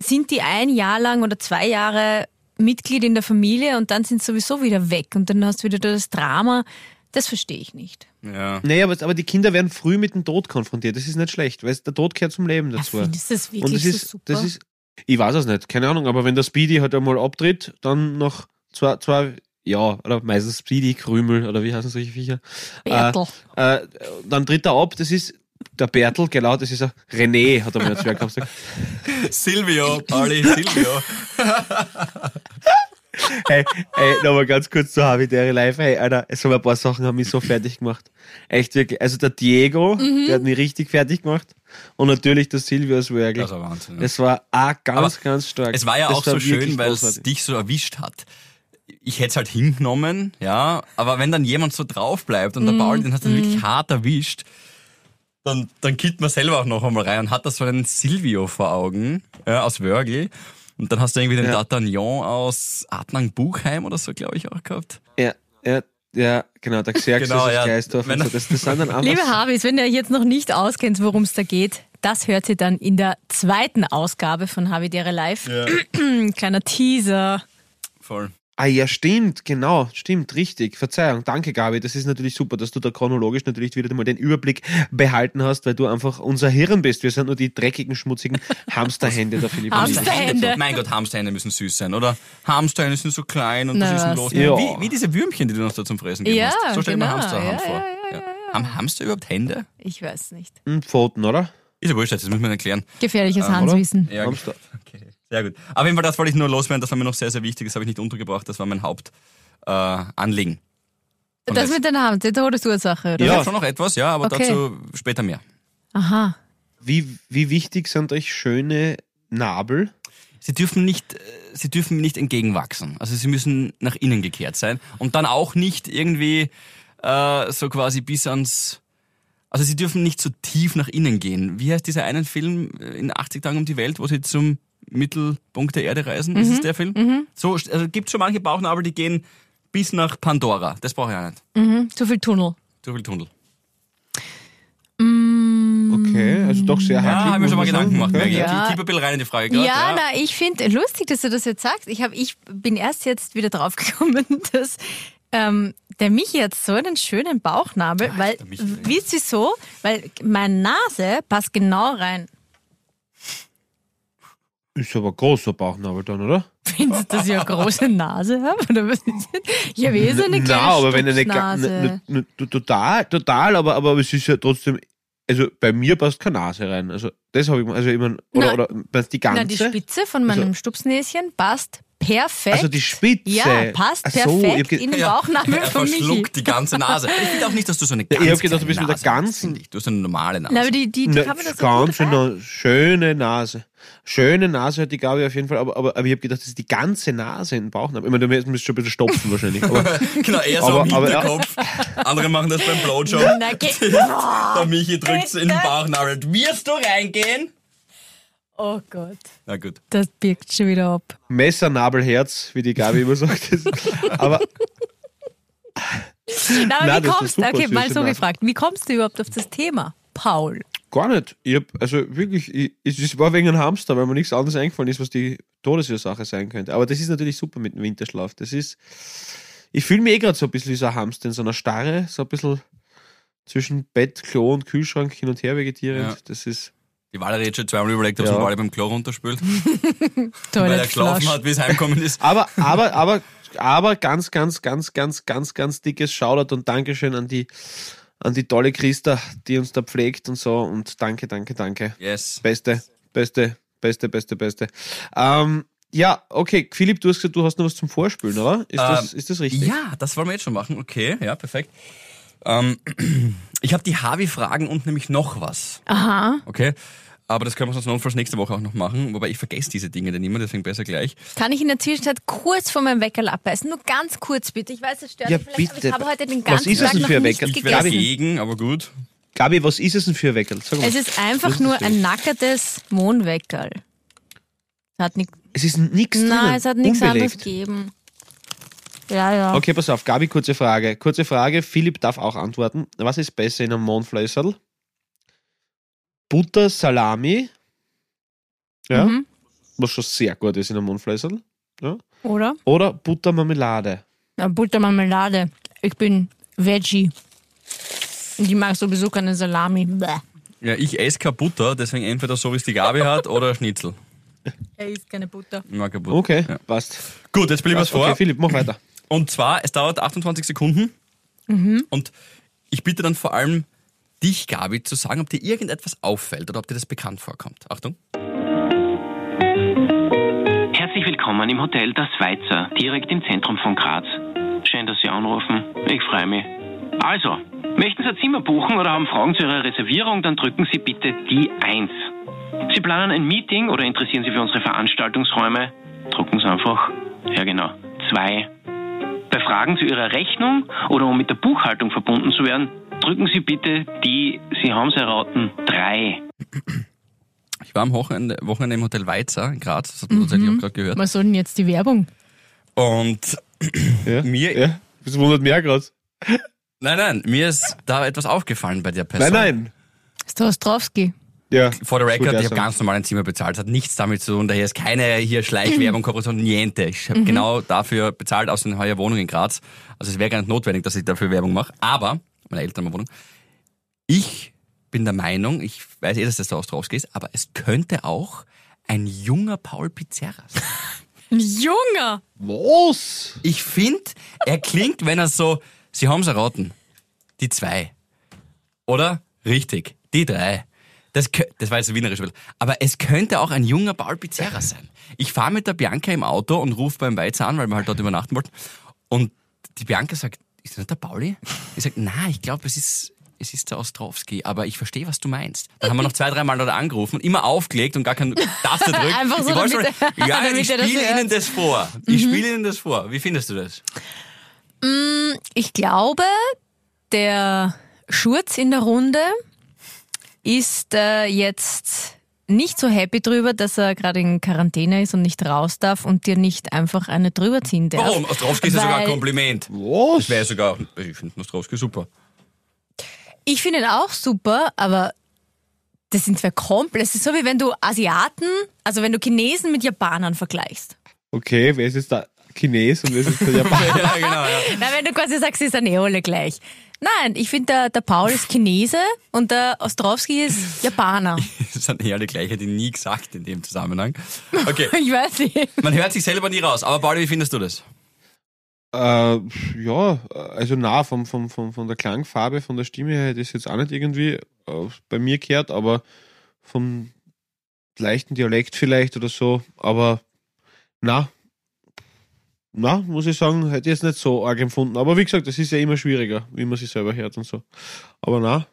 S4: sind die ein Jahr lang oder zwei Jahre Mitglied in der Familie und dann sind sie sowieso wieder weg und dann hast du wieder das Drama. Das verstehe ich nicht.
S2: Ja.
S3: Naja, aber, aber die Kinder werden früh mit dem Tod konfrontiert. Das ist nicht schlecht, weil der Tod gehört zum Leben dazu.
S4: Ja, findest du das wirklich
S3: Und das
S4: so
S3: ist,
S4: super?
S3: das ist, ich weiß es nicht, keine Ahnung, aber wenn der Speedy halt einmal abtritt, dann noch zwei, zwei, ja, oder meistens Speedy, Krümel oder wie heißen solche Viecher,
S4: Bertel.
S3: äh, dann tritt er ab, das ist der Bertel, genau, das ist ein René, hat er mir jetzt gesagt.
S2: Silvio, Pauli, Silvio.
S3: Hey, hey, nochmal ganz kurz zu Habitäre Live. Hey, Alter, so ein paar Sachen haben mich so fertig gemacht. Echt wirklich. Also der Diego,
S4: Mhm.
S3: der hat mich richtig fertig gemacht. Und natürlich der Silvius Wergel.
S2: Das war Wahnsinn. ja.
S3: Das war auch ganz,
S2: Aber
S3: ganz stark.
S2: Es war ja
S3: das
S2: auch so
S3: wirklich
S2: schön, weil es
S3: großartig.
S2: dich so erwischt hat. Ich hätte es halt hingenommen, ja, aber wenn dann jemand so drauf bleibt und der Paul, den hast du wirklich hart erwischt, dann, dann kippt man selber auch noch einmal rein und hat da so einen Silvio vor Augen, ja, aus Wörgl. Und dann hast du irgendwie den
S3: Ja.
S2: D'Artagnan aus Adnang Buchheim oder so, glaube ich, auch gehabt.
S3: Ja, ja, ja, genau, der Xerxes
S2: Genau,
S3: ist
S2: ja.
S3: Geistorf
S2: Wenn-
S3: und so. Das, das sind dann
S4: Liebe
S3: einfach.
S4: Harvis, wenn ihr euch jetzt noch nicht auskennt, worum es da geht, das hört ihr dann in der zweiten Ausgabe von Havidere Live. Kleiner Teaser.
S2: Voll.
S3: Ah ja, stimmt, genau, stimmt, richtig. Verzeihung, danke Gabi, das ist natürlich super, dass du da chronologisch natürlich wieder mal den Überblick behalten hast, weil du einfach unser Hirn bist. Wir sind nur die dreckigen, schmutzigen Hamsterhände der Philipp. und ich.
S4: Hamster- Hamsterhände.
S2: Mein Gott, Hamsterhände müssen süß sein, oder? Hamsterhände sind so klein und
S4: Na,
S2: das ist denn
S4: was
S2: los.
S3: denn? Ja.
S2: Wie, wie diese Würmchen, die du uns da zum Fressen
S4: Ja,
S2: gegeben hast. So stell ich mir
S4: genau,
S2: Hamsterhand
S4: ja,
S2: vor.
S4: ja,
S2: Ja. Haben Hamster überhaupt Hände?
S4: Ich weiß nicht.
S3: Und Pfoten, oder?
S2: Ist ja wurscht, das müssen wir erklären.
S4: Gefährliches
S3: oder?
S4: Hanswissen.
S2: Ja, genau.
S3: Hamster.
S2: Okay. Mhm. Sehr gut. Auf jeden Fall, das wollte ich nur loswerden, das war mir noch sehr, sehr wichtig, das habe ich nicht untergebracht, das war mein Hauptanliegen. Äh, Anliegen. Und
S4: Das
S2: jetzt-
S4: mit den Hamster, die Todesursache, oder?
S2: Ich
S3: Ja.
S2: habe schon noch etwas, ja, aber
S4: Okay.
S2: dazu später mehr.
S4: Aha.
S3: Wie, wie wichtig sind euch schöne Nabel?
S2: Sie dürfen nicht, äh, sie dürfen nicht entgegenwachsen. Also sie müssen nach innen gekehrt sein und dann auch nicht irgendwie äh, so quasi bis ans also sie dürfen nicht so tief nach innen gehen. Wie heißt dieser einen Film äh, in 80 Tagen um die Welt, wo sie zum
S4: Mhm,
S2: Mittelpunkt der Erde reisen? Ist es der Film? So, also gibt schon manche Bauchnabel, die gehen bis nach Pandora. Das brauche ich auch nicht.
S4: Mhm. Zu viel Tunnel.
S2: Zu viel Tunnel.
S5: Okay, also doch sehr
S2: Mm. Ja,
S5: hakelig,
S2: habe ich mir schon mal
S5: muss man
S2: Gedanken gemacht.
S5: sagen.
S2: Merke ich.
S4: Ja.
S2: Ich tippe ein bisschen rein in die Frage
S4: Ja,
S2: gerade.
S4: na, ich finde lustig, dass du das jetzt sagst. Ich, hab, ich bin erst jetzt wieder draufgekommen, dass ähm, der Michi hat so einen schönen Bauchnabel, weil,
S2: der Michi, ey.
S4: wisst ihr so, weil meine Nase passt genau rein.
S3: Ist aber großer Bauchnabel dann, oder?
S4: Findest du, dass ich eine große Nase habe? Oder was ist das? Ich habe eh so eine kleine
S3: Na, aber wenn eine ga-
S4: Stupsnase.
S3: ne- ne- ne- total, total, aber, aber es ist ja trotzdem. Also bei mir passt keine Nase rein. Also das habe ich mal. Also ich mein, oder,
S4: Na,
S3: oder passt die ganze.
S4: Na, die Spitze von meinem
S3: Also-
S4: Stupsnäschen passt perfekt.
S3: also die Spitze.
S4: Ja, passt
S3: Ach so, ich hab
S4: perfekt
S3: ge-
S4: in den
S2: Ja,
S4: Bauchnabel
S2: er
S4: von Michi.
S2: verschluckt die ganze Nase. Ich finde auch nicht, dass du so eine
S3: ich
S2: ganz
S3: hab gedacht, du bist
S2: kleine
S3: mit der
S2: Nase hast,
S3: ganzen-
S4: Hm.
S2: finde ich. Du hast eine normale Nase.
S4: Na, aber die, die, die
S3: Na,
S4: kann man das
S3: ganz
S4: so gut rein-
S3: eine schöne Nase. Schöne Nase hat die Gabi auf jeden Fall, aber, aber, aber ich habe gedacht, das ist die ganze Nase in den Bauchnabel. Ich meine, du müsstest schon ein bisschen stopfen wahrscheinlich. Aber
S2: genau, eher so
S3: Aber-
S2: am
S3: aber-
S2: Hinterkopf. Andere machen das beim Blowjob.
S4: Na, geh.
S2: Der Michi drückt in den Bauchnabel. Wirst du reingehen?
S4: Oh Gott.
S2: Na gut.
S4: Das birgt schon wieder ab.
S3: Messer, Nabel, Herz, wie die Gabi immer sagt. aber
S4: Na, aber
S3: Nein,
S4: wie
S3: das ist
S4: kommst du?
S3: super
S4: Okay, mal
S3: süße
S4: so
S3: Nase.
S4: gefragt. Wie kommst du überhaupt auf das Thema? Paul.
S3: gar nicht. Ich hab, also wirklich, ich, es es war wegen einem Hamster, weil mir nichts anderes eingefallen ist, was die Todesursache sein könnte. Aber das ist natürlich super mit dem Winterschlaf. Das ist, ich fühle mich eh gerade so ein bisschen wie so ein Hamster in so einer Starre, so ein bisschen zwischen Bett, Klo und Kühlschrank hin und her vegetierend.
S2: Ja.
S3: Das ist
S2: Die Valerie hat schon zweimal überlegt, ob sie
S3: Ja.
S2: den Wale beim Klo runterspült, weil er
S4: Toilette
S2: geschlafen hat, wie es heimgekommen ist.
S3: Aber, aber, aber, aber ganz, ganz, ganz, ganz, ganz, ganz dickes Shoutout und Dankeschön an die, an die tolle Christa, die uns da pflegt und so. Und danke, danke, danke.
S2: Yes.
S3: Beste, beste, beste, beste, beste. Ähm, ja, okay, Philipp, du hast gesagt, du hast noch was zum Vorspülen, oder? Ist, das, ist das richtig?
S2: Ähm, Ja, das wollen wir jetzt schon machen. Okay, ja, perfekt. Ähm, ich habe die Harvey-Fragen und nämlich noch was.
S4: Ah. Aha.
S2: Okay? Aber das können wir sonst notfalls nächste Woche auch noch machen. Wobei ich vergesse diese Dinge dann immer, deswegen besser gleich.
S4: Kann ich in der Zwischenzeit kurz von meinem Wecker abbeißen? Nur ganz kurz bitte. Ich weiß, es stört
S3: Ja,
S4: dich vielleicht,
S3: bitte.
S4: aber ich habe heute den
S3: Was
S4: ganzen
S3: ist das
S4: Tag
S3: denn
S4: noch
S3: für ein
S4: nicht
S3: Wecker?
S2: Ich wäre
S3: Gabi.
S4: gegessen.
S2: dagegen, aber gut.
S3: Gabi, was ist es denn für ein Weckerl? Sag mal.
S4: Es ist einfach
S3: ist
S4: nur
S3: das
S4: ein nackertes Mohnweckerl. Hat nicht,
S3: es ist nichts
S4: nein,
S3: drinnen,
S4: es hat nichts anderes
S3: unbelegt.
S4: gegeben. Ja, ja.
S3: Okay, pass auf, Gabi, kurze Frage. Kurze Frage, Philipp darf auch antworten. Was ist besser in einem Mondfläserl? Butter, Salami. Ja,
S4: Mhm.
S3: was schon sehr gut ist in einem Mondfläserl. Ja.
S4: Oder?
S3: Oder Butter, Marmelade.
S4: Na, Buttermarmelade. Ich bin Veggie. Und ich mag sowieso keine Salami. Bäh.
S2: Ja, ich esse keine Butter, deswegen entweder so, wie es die Gabi hat, oder Schnitzel.
S4: Er isst keine Butter.
S2: Ich mag keine Butter.
S3: Okay,
S2: Ja.
S3: passt.
S2: Gut, jetzt blieb was
S3: passt.
S2: vor.
S3: Okay, Philipp, mach weiter.
S2: Und zwar, es dauert 28 Sekunden. Und ich bitte dann vor allem dich, Gabi, zu sagen, ob dir irgendetwas auffällt oder ob dir das bekannt vorkommt. Achtung.
S6: Herzlich willkommen im Hotel Das Weizer, direkt im Zentrum von Graz. Schön, dass Sie anrufen. Ich freue mich. Also, möchten Sie ein Zimmer buchen oder haben Fragen zu Ihrer Reservierung, dann drücken Sie bitte die 1. Sie planen ein Meeting oder interessieren Sie für unsere Veranstaltungsräume? Drücken Sie einfach. Ja, genau. 2. Bei Fragen zu Ihrer Rechnung oder um mit der Buchhaltung verbunden zu werden, drücken Sie bitte die, Sie haben es erraten, 3.
S2: Ich war am Wochenende, Wochenende im Hotel Weizer in Graz, das hat man tatsächlich auch gerade gehört.
S4: Was soll denn jetzt die Werbung?
S2: Und
S3: Ja.
S2: mir,
S3: Ja. Das wundert mich auch gerade.
S2: nein, nein, mir ist da etwas aufgefallen bei der Person.
S3: Nein, nein.
S4: Stostrowski.
S3: Ja.
S2: For the record, ich
S3: Gut,
S2: habe
S3: also.
S2: ganz normal ein Zimmer bezahlt. Es hat nichts damit zu tun. Daher ist keine hier Schleichwerbung, Kooperation, niente. Ich habe genau dafür bezahlt aus einer Wohnung in Graz. Also es wäre gar nicht notwendig, dass ich dafür Werbung mache. Aber, meine Eltern haben eine Wohnung. Ich bin der Meinung, ich weiß eh, dass das der Ostrowski ist, aber es könnte auch ein junger Paul Pizzerra sein.
S4: Ein Junger!
S3: Was?
S2: Ich finde, er klingt, wenn er so, Sie haben's erraten, die zwei. Oder? Richtig, die drei. Das, kö- das war jetzt wienerisch. Aber es könnte auch ein junger Paul Pizzerra sein. Ich fahre mit der Bianca im Auto und rufe beim Weizer an, weil wir halt dort übernachten wollten. Und die Bianca sagt, ist das nicht der Pauli? Ich sage, na, ich glaube, es ist, es ist der Ostrowski, aber ich verstehe, was du meinst. Dann haben wir noch zwei, dreimal dort angerufen, immer aufgelegt und gar keine Taste drückt.
S4: Einfach so,
S2: ich wollte
S4: damit
S2: schon,
S4: er-
S2: ja,
S4: damit
S2: ich
S4: er das
S2: spiele
S4: hört. Mhm.
S2: Ihnen das vor. Ich spiele Ihnen das vor. Wie findest du das?
S4: Ich glaube, der Schurz in der Runde ist äh, jetzt nicht so happy drüber, dass er gerade in Quarantäne ist und nicht raus darf und dir nicht einfach eine drüberziehen darf.
S2: Warum? Ostrowski ist ja sogar ein
S4: Weil-
S2: Kompliment.
S3: Was?
S2: Wäre sogar, ich finde Ostrowski super.
S4: Ich finde ihn auch super, aber das sind zwei komplett. Es ist so wie wenn du Asiaten, also wenn du Chinesen mit Japanern vergleichst.
S3: Okay, wer ist jetzt der Chines und wer ist jetzt der Japaner?
S2: Ja, genau. Ja.
S4: Na, wenn du quasi sagst, sie sind eh alle gleich. Nein, ich finde, der, der Paul ist Chinese und der Ostrowski ist Japaner.
S2: Das sind eh alle gleich, hätte ich nie gesagt in dem Zusammenhang. Okay,
S4: Ich weiß nicht.
S2: man hört sich selber nie raus. Aber Pauli, wie findest du das?
S3: äh, ja, also nah vom, vom, vom, von der Klangfarbe, von der Stimme her hätte ich es jetzt auch nicht irgendwie äh, bei mir gehört, aber vom leichten Dialekt vielleicht oder so, aber na, na, muss ich sagen, hätte ich es nicht so arg empfunden. Aber wie gesagt, das ist ja immer schwieriger, wie man sich selber hört und so. Aber na,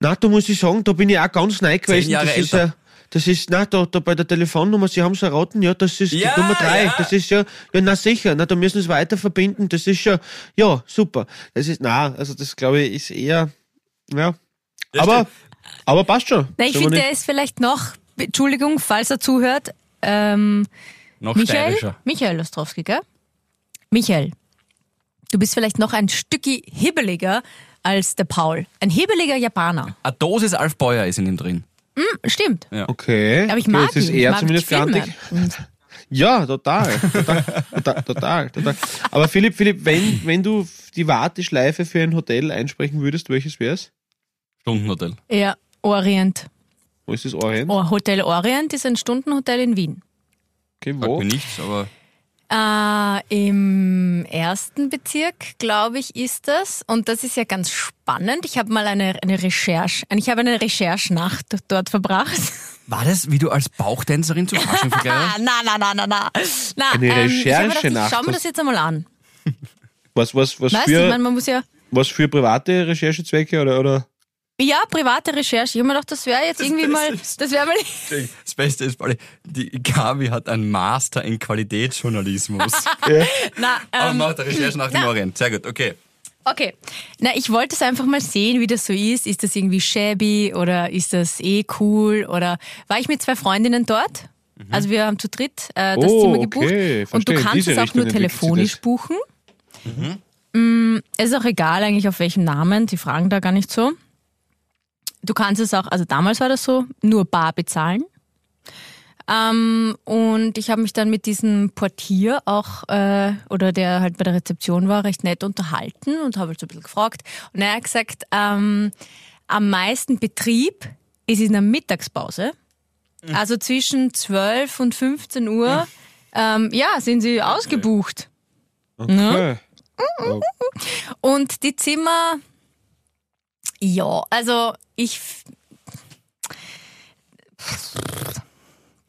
S3: na, da muss ich sagen, da bin ich auch ganz neu gewesen.
S2: Jahre
S3: das ist
S2: älter.
S3: ja, das ist, na, da, da bei der Telefonnummer, Sie haben es erraten, ja, das ist
S2: Ja,
S3: die Nummer drei.
S2: ja.
S3: Das ist ja, ja, na sicher, na, da müssen wir es weiter verbinden, das ist ja, ja, super. Das ist, na, also das glaube ich ist eher, ja.
S2: Ja,
S3: aber,
S2: stimmt.
S3: aber passt schon.
S4: Na, ich
S3: Soll man
S4: finde,
S3: nicht-
S4: der ist vielleicht noch, Entschuldigung, falls er zuhört, ähm,
S2: Noch
S4: Michael,
S2: steirischer.
S4: Michael Ostrowski, gell? Michael, du bist vielleicht noch ein Stücki hibbeliger als der Paul. Ein hibbeliger Japaner.
S2: Eine Dosis Alf Beuer ist in ihm drin.
S4: Stimmt.
S3: Okay.
S4: Aber ich
S3: okay,
S4: mag
S3: jetzt ist
S4: ihn.
S3: er
S4: ich mag
S3: zumindest
S4: die Filme.
S3: grantig. Ja, total. Total, total, total, total. Aber Philipp, Philipp, wenn, wenn du die Warteschleife für ein Hotel einsprechen würdest, welches wäre es?
S2: Stundenhotel.
S4: Ja, Orient.
S3: Wo ist das Orient?
S4: Oh, Hotel Orient ist ein Stundenhotel in Wien.
S3: Okay,
S2: Sagt
S3: wo?
S2: mir nichts, aber
S4: Äh, Im ersten Bezirk, glaube ich, ist das. Und das ist ja ganz spannend. Ich habe mal eine, eine Recherche, ich habe eine Recherchenacht dort verbracht.
S2: war das, wie du als Bauchtänzerin zu Faschen
S4: Ah,
S2: verkleidet?
S4: na, na, na, na, na. na ähm,
S3: Eine
S4: ich habe mir gedacht,
S3: Recherchenacht.
S4: Ich schau mir das jetzt einmal an.
S3: Was, was, was,
S4: Weißt du, ich
S3: für,
S4: meine, man muss ja.
S3: was für private Recherchezwecke oder, oder?
S4: Ja, private Recherche. Ich habe mir gedacht, das wäre jetzt irgendwie mal, das wäre mal,
S2: Das Beste ist, Pauli, die Gabi hat einen Master in Qualitätsjournalismus.
S4: na,
S2: aber
S4: ähm,
S2: macht der Recherche nach dem Orient. Sehr gut, okay.
S4: Okay. Na, ich wollte es einfach mal sehen, wie das so ist. Ist das irgendwie shabby oder ist das eh cool? Oder war ich mit zwei Freundinnen dort? Also wir haben zu dritt äh, das
S3: Mhm. Oh,
S4: Zimmer gebucht.
S3: okay.
S4: Und du
S3: Verstehe. In
S4: kannst
S3: diese
S4: es auch
S3: Richtung
S4: nur
S3: entwickelt sich Mhm.
S4: telefonisch
S3: das.
S4: buchen. Mm, Es ist auch egal eigentlich auf welchem Namen, die fragen da gar nicht so. Du kannst es auch, also damals war das so, nur bar bezahlen. Ähm, und ich habe mich dann mit diesem Portier auch, äh, oder der halt bei der Rezeption war, recht nett unterhalten und habe halt so ein bisschen gefragt. Und er hat gesagt, ähm, am meisten Betrieb ist in der Mittagspause. Also zwischen 12 und 15 Uhr, ähm, ja, sind sie ausgebucht.
S3: Okay.
S4: Und die Zimmer, ja, also ich. f-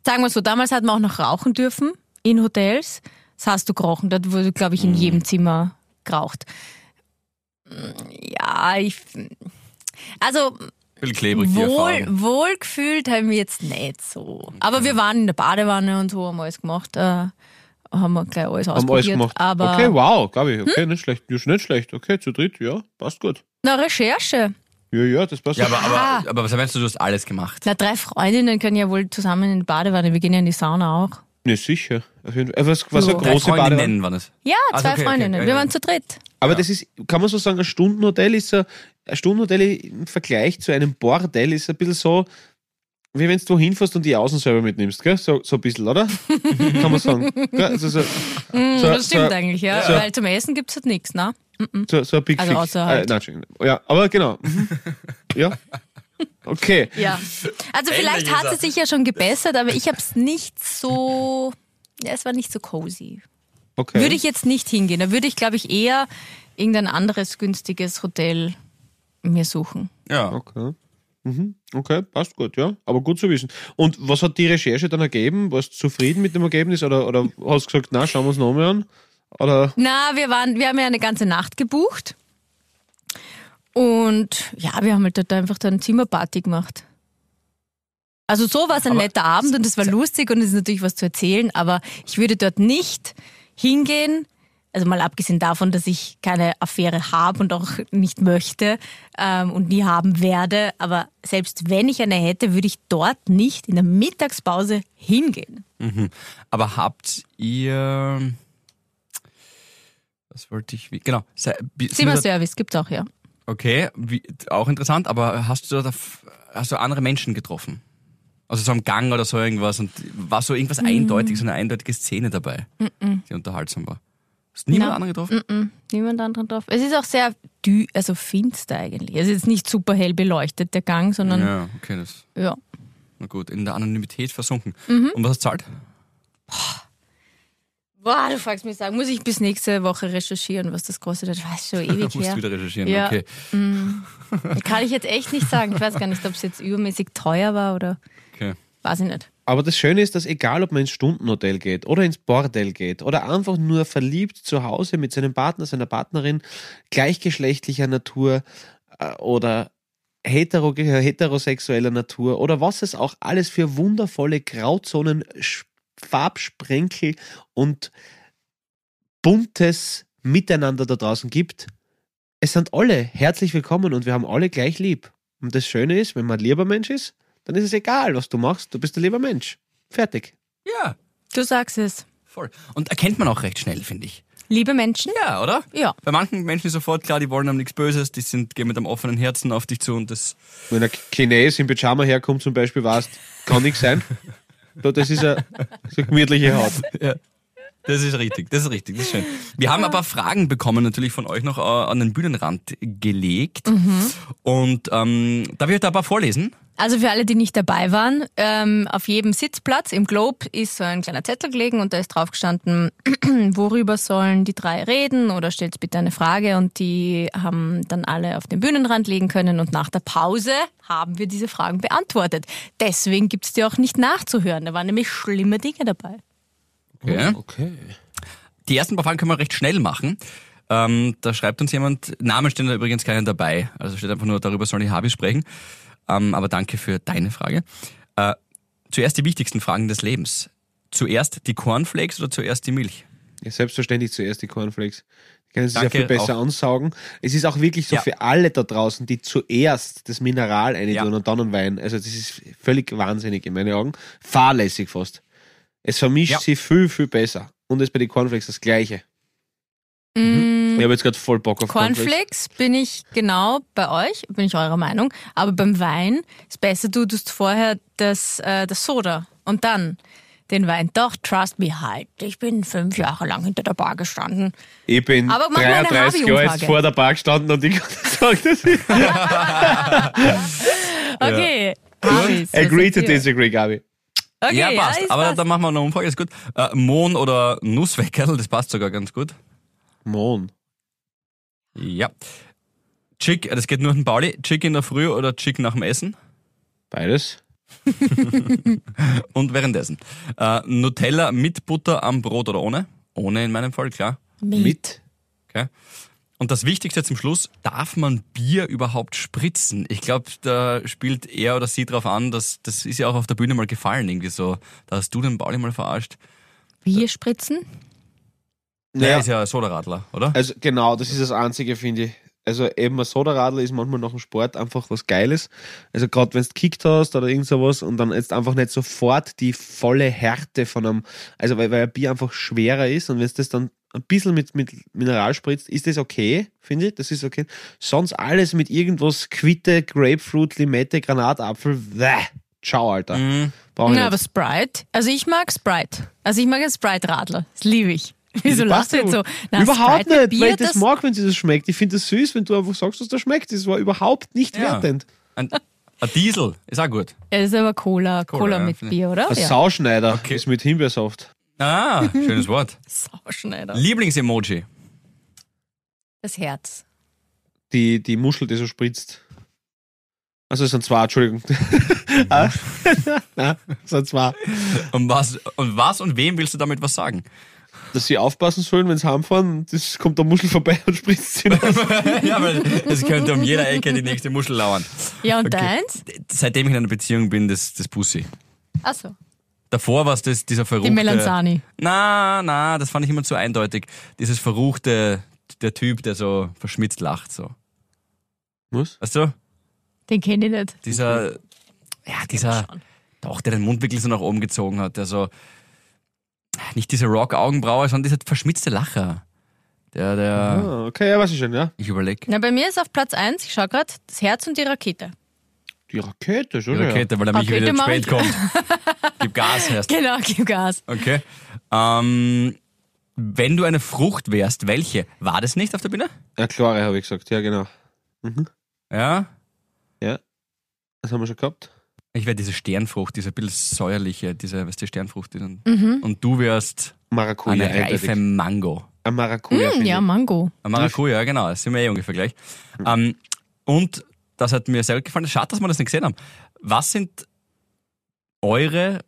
S4: Sagen wir so, damals hat man auch noch rauchen dürfen in Hotels. Das hast du gerochen, dort wurde, glaube ich, in jedem Zimmer geraucht. Ja, ich. f- Also
S2: Viel klebrig, die
S4: wohl,
S2: Erfahrung.
S4: wohlgefühlt haben wir jetzt nicht so. Aber wir waren in der Badewanne und so, haben alles gemacht. Äh, haben wir gleich alles
S3: Haben
S4: ausprobiert.
S3: alles gemacht.
S4: Aber
S3: okay, wow, glaube ich. Okay, nicht schlecht. Ist nicht schlecht. Okay, zu dritt, ja, passt gut.
S4: na, Recherche.
S3: Ja, ja, das passt.
S2: Ja, aber,
S4: Ah.
S2: aber, aber was meinst du, du hast alles gemacht?
S4: Na, drei Freundinnen können ja wohl zusammen in die Badewanne. Wir gehen ja in die Sauna auch.
S3: Ne, sicher. Auf jeden Fall. Äh, Was, was
S4: So.
S3: eine große
S2: Freunde
S3: Badewanne.
S2: nennen waren es.
S4: Ja,
S2: Also,
S4: zwei
S2: okay, okay,
S4: Freundinnen.
S2: ja,
S4: Wir
S2: ja.
S4: waren zu dritt.
S3: Aber das ist, kann man so sagen, ein Stundenhotel ist so, ein Stundenhotel im Vergleich zu einem Bordell ist ein bisschen so, wie wenn du hinfährst und die Außen selber mitnimmst, gell? So, so ein bisschen, oder? kann man sagen. Gell? Also so,
S4: Mhm,
S3: So-
S4: das stimmt
S3: so-
S4: eigentlich, ja.
S3: so-
S4: Weil zum Essen gibt's halt nichts, ne?
S3: so, so ein Big
S4: Also
S3: Fix.
S4: außer halt-
S3: Äh, nein, Entschuldigung. ja, aber genau. Mhm. ja. Okay.
S4: Ja. Also vielleicht
S2: Endlich
S4: hat
S2: ist
S4: es sich ja schon gebessert, aber ich hab's nicht so. Ja, es war nicht so cozy.
S3: okay.
S4: Würde ich jetzt nicht hingehen. Da würde ich, glaube ich, eher irgendein anderes günstiges Hotel mir suchen.
S2: Ja.
S3: Okay. Mhm. Okay, passt gut, ja. Aber gut zu wissen. Und was hat die Recherche dann ergeben? Warst du zufrieden mit dem Ergebnis oder, oder hast du gesagt, na, schauen wir uns nochmal an? Oder
S4: Na, wir waren, wir haben ja eine ganze Nacht gebucht. Und ja, wir haben halt dort einfach dann Zimmerparty gemacht. Also so war es ein netter Abend und es war lustig und es ist natürlich was zu erzählen, aber ich würde dort nicht hingehen Also mal abgesehen davon, dass ich keine Affäre habe und auch nicht möchte ähm, und nie haben werde. Aber selbst wenn ich eine hätte, würde ich dort nicht in der Mittagspause hingehen.
S2: Mhm. Aber habt ihr. Was wollte ich. wie- Genau. se- bi- sind wir da-
S4: Zimmerservice gibt's auch, ja.
S2: Okay, wie, auch interessant, aber hast du, da, hast du andere Menschen getroffen? Also so am Gang oder so irgendwas und war so
S4: Hm.
S2: irgendwas eindeutiges, so eine eindeutige Szene dabei, die unterhaltsam war. Hast du niemand
S4: Na.
S2: anderen getroffen?
S4: Niemand anderen drauf. Es ist auch sehr dü also finster eigentlich. Es ist jetzt nicht super hell beleuchtet, der Gang, sondern ja.
S2: Ja, okay, das, na gut, in der Anonymität versunken.
S4: Mhm.
S2: Und was hast du zahlt?
S4: Boah, du fragst mich sagen, muss ich bis nächste Woche recherchieren, was das kostet? Das weiß schon ewig
S2: Musst du
S4: her.
S2: wieder recherchieren,
S4: Ja.
S2: okay.
S4: Kann ich jetzt echt nicht sagen. Ich weiß gar nicht, ob es jetzt übermäßig teuer war oder
S2: okay.
S4: weiß ich nicht.
S3: Aber das Schöne ist, dass egal, ob man ins Stundenhotel geht oder ins Bordell geht oder einfach nur verliebt zu Hause mit seinem Partner, seiner Partnerin, gleichgeschlechtlicher Natur äh, oder hetero äh, heterosexueller Natur oder was es auch alles für wundervolle Grauzonen, Sch- Farbsprenkel und buntes Miteinander da draußen gibt. Es sind alle herzlich willkommen und wir haben alle gleich lieb. Und das Schöne ist, wenn man ein lieber Mensch ist, dann ist es egal, was du machst, du bist ein lieber Mensch. Fertig.
S2: Ja,
S4: Du sagst es.
S2: voll. Und erkennt man auch recht schnell, finde ich.
S4: Liebe Menschen?
S2: Ja, oder?
S4: Ja.
S2: Bei manchen Menschen ist sofort klar, die wollen einem nichts Böses, die sind, gehen mit einem offenen Herzen auf dich zu und das
S3: Wenn ein Chines in Pyjama herkommt zum Beispiel, weißt, kann nichts sein. Da, Das ist eine so gemütliche Haut.
S2: Das ist richtig, das ist richtig, das ist schön. Wir haben ein paar Fragen bekommen, natürlich von euch noch äh, an den Bühnenrand gelegt. Und ähm, darf ich euch da ein paar vorlesen?
S4: Also für alle, die nicht dabei waren, ähm, auf jedem Sitzplatz im Globe ist so ein kleiner Zettel gelegen und da ist drauf gestanden, worüber sollen die drei reden oder stellt bitte eine Frage und die haben dann alle auf den Bühnenrand legen können und nach der Pause haben wir diese Fragen beantwortet. Deswegen gibt's die auch nicht nachzuhören, da waren nämlich schlimme Dinge dabei.
S2: Okay.
S3: Okay.
S2: Die ersten paar Fragen können wir recht schnell machen. Ähm, da schreibt uns jemand, Namen stehen da übrigens keinen dabei. Also steht einfach nur, darüber sollen die Habis sprechen. Ähm, aber danke für deine Frage. Äh, zuerst die wichtigsten Fragen des Lebens. Zuerst die Cornflakes oder zuerst die Milch?
S3: Ja, selbstverständlich zuerst die Cornflakes. Die können sich ja
S2: Danke,
S3: viel besser
S2: auch.
S3: ansaugen. Es ist auch wirklich so
S2: Ja.
S3: für alle da draußen, die zuerst das Mineral rein
S2: Ja.
S3: tun und dann einen Wein. Also das ist völlig wahnsinnig in meinen Augen. Fahrlässig fast. Es vermischt
S2: Ja.
S3: sie viel, viel besser. Und es ist bei den Cornflakes das Gleiche.
S2: Mhm.
S3: Ich habe jetzt gerade voll Bock auf Cornflakes.
S4: Cornflakes bin ich genau bei euch, bin ich eurer Meinung. Aber beim Wein ist besser, du tust vorher das, äh, das Soda und dann den Wein. Doch, trust me, halt. Ich bin fünf Jahre lang hinter der Bar gestanden.
S3: Ich bin
S4: Aber mach mal eine
S3: 33 Jahre alt
S4: Habi-Umfrage.
S3: vor der Bar gestanden und ich kann sagen, dass ich
S4: Okay. Harvis, was
S3: agree to
S4: sagt ihr?
S3: disagree, Gabi.
S4: Okay,
S2: ja, passt.
S4: es
S2: aber dann machen wir noch eine Umfrage, ist gut. Äh, Mohn oder Nussweckerl, das passt sogar ganz gut.
S3: Mon.
S2: Ja. Chick, äh, das geht nur an Pauli. Chick in der Früh oder Chick nach dem Essen
S3: Beides.
S2: und währenddessen. Äh, Nutella mit Butter am Brot oder ohne? Ohne in meinem Fall, klar.
S3: Mit.
S2: Okay. Und das Wichtigste zum Schluss, darf man Bier überhaupt spritzen? Ich glaube, da spielt er oder sie drauf an, dass das ist ja auch auf der Bühne mal gefallen, irgendwie so. Da hast du den Pauli mal verarscht.
S4: Bier spritzen?
S2: Der
S3: Naja,
S2: ist ja Sodaradler, oder?
S3: also genau, das ist das Einzige, finde ich. Also eben ein Sodaradler ist manchmal nach dem Sport einfach was Geiles. Also gerade wenn du gekickt hast oder irgend sowas und dann jetzt einfach nicht sofort die volle Härte von einem, also weil, weil ein Bier einfach schwerer ist und wenn du das dann ein bisschen mit, mit Mineral spritzt, ist das okay, finde ich, das ist okay. Sonst alles mit irgendwas, Quitte, Grapefruit, Limette, Granatapfel, bäh, ciao, Alter.
S2: Mhm.
S3: Brauch ich
S4: ja,
S3: nicht.
S4: aber Sprite. Also ich mag Sprite. Also ich mag einen Sprite-Radler. Das liebe ich. Wieso
S3: Das
S4: lachst du jetzt
S3: passt
S4: so?
S3: aber
S4: Na,
S3: überhaupt
S4: Sprite mit
S3: nicht, weil ich das,
S4: das-
S3: mag, wenn sie das schmeckt. Ich finde das süß, wenn du einfach sagst, dass das schmeckt. Das war überhaupt nicht
S2: Ja.
S3: wertend.
S2: Ein, ein Diesel ist auch gut.
S4: Ja, Das ist aber Cola. Cola,
S2: Cola, ja,
S4: mit
S2: finde ich.
S4: Bier, oder?
S3: Ein
S4: Ah, Ja.
S3: Sauschneider ist mit Himbeersaft.
S2: Ah, schönes Wort.
S4: Sauschneider.
S2: Lieblingsemoji.
S4: Das Herz.
S3: Die, die Muschel, die so spritzt. Also es sind zwei, Entschuldigung.
S2: Mhm.
S3: Ah, Nein, es sind zwei.
S2: Und was, und was und wem willst du damit was sagen?
S3: Dass sie aufpassen sollen, wenn sie heimfahren, das kommt der Muschel vorbei und spritzt sie. raus.
S2: ja, weil es könnte um jeder Ecke die nächste Muschel lauern.
S4: Ja, und
S2: Okay.
S4: deins?
S2: Seitdem ich in einer Beziehung bin, das, das Pussy.
S4: Achso.
S2: Davor war es das, dieser verruchte...
S4: Die Melanzani.
S2: Na, na, das fand ich immer zu eindeutig. Dieses verruchte, der Typ, der so verschmitzt lacht, so.
S3: Was?
S2: Weißt du?
S4: Den kenne ich nicht.
S2: Dieser, ja, dieser,
S4: schon.
S2: doch, der den Mund wirklich so nach oben gezogen hat, der so, nicht diese Rock-Augenbraue, sondern dieser verschmitzte Lacher. Der, der,
S3: Ah, okay, ja, weiß ich schon, ja.
S2: ich überlege.
S4: Na, bei mir ist auf Platz 1, ich schau gerade, das Herz und die Rakete.
S3: Die Rakete, schon,
S2: Die Rakete, weil er mich
S4: Rakete
S2: wieder zu
S4: mach
S2: spät
S4: ich.
S2: kommt. Gib Gas erst.
S4: Genau, gib Gas.
S2: Okay. Ähm, wenn du eine Frucht wärst, welche? War das nicht auf der Bühne?
S3: ja. Ja, klare habe ich gesagt, ja, genau. Mhm.
S2: Ja.
S3: Das haben wir schon gehabt.
S2: Ich wäre diese Sternfrucht, diese bisschen säuerliche, diese, weißt du, Sternfrucht. Die dann,
S4: Mhm.
S2: Und du wärst
S3: Maracuja,
S2: eine
S3: eindeutig.
S2: reife Mango.
S3: Ein Maracuja.
S4: Hm,
S3: finde
S4: ja, Mango.
S2: Ein Maracuja, genau, das sind wir eh ungefähr gleich. Ähm, und das hat mir sehr gut gefallen. Schade, dass wir das nicht gesehen haben. Was sind eure,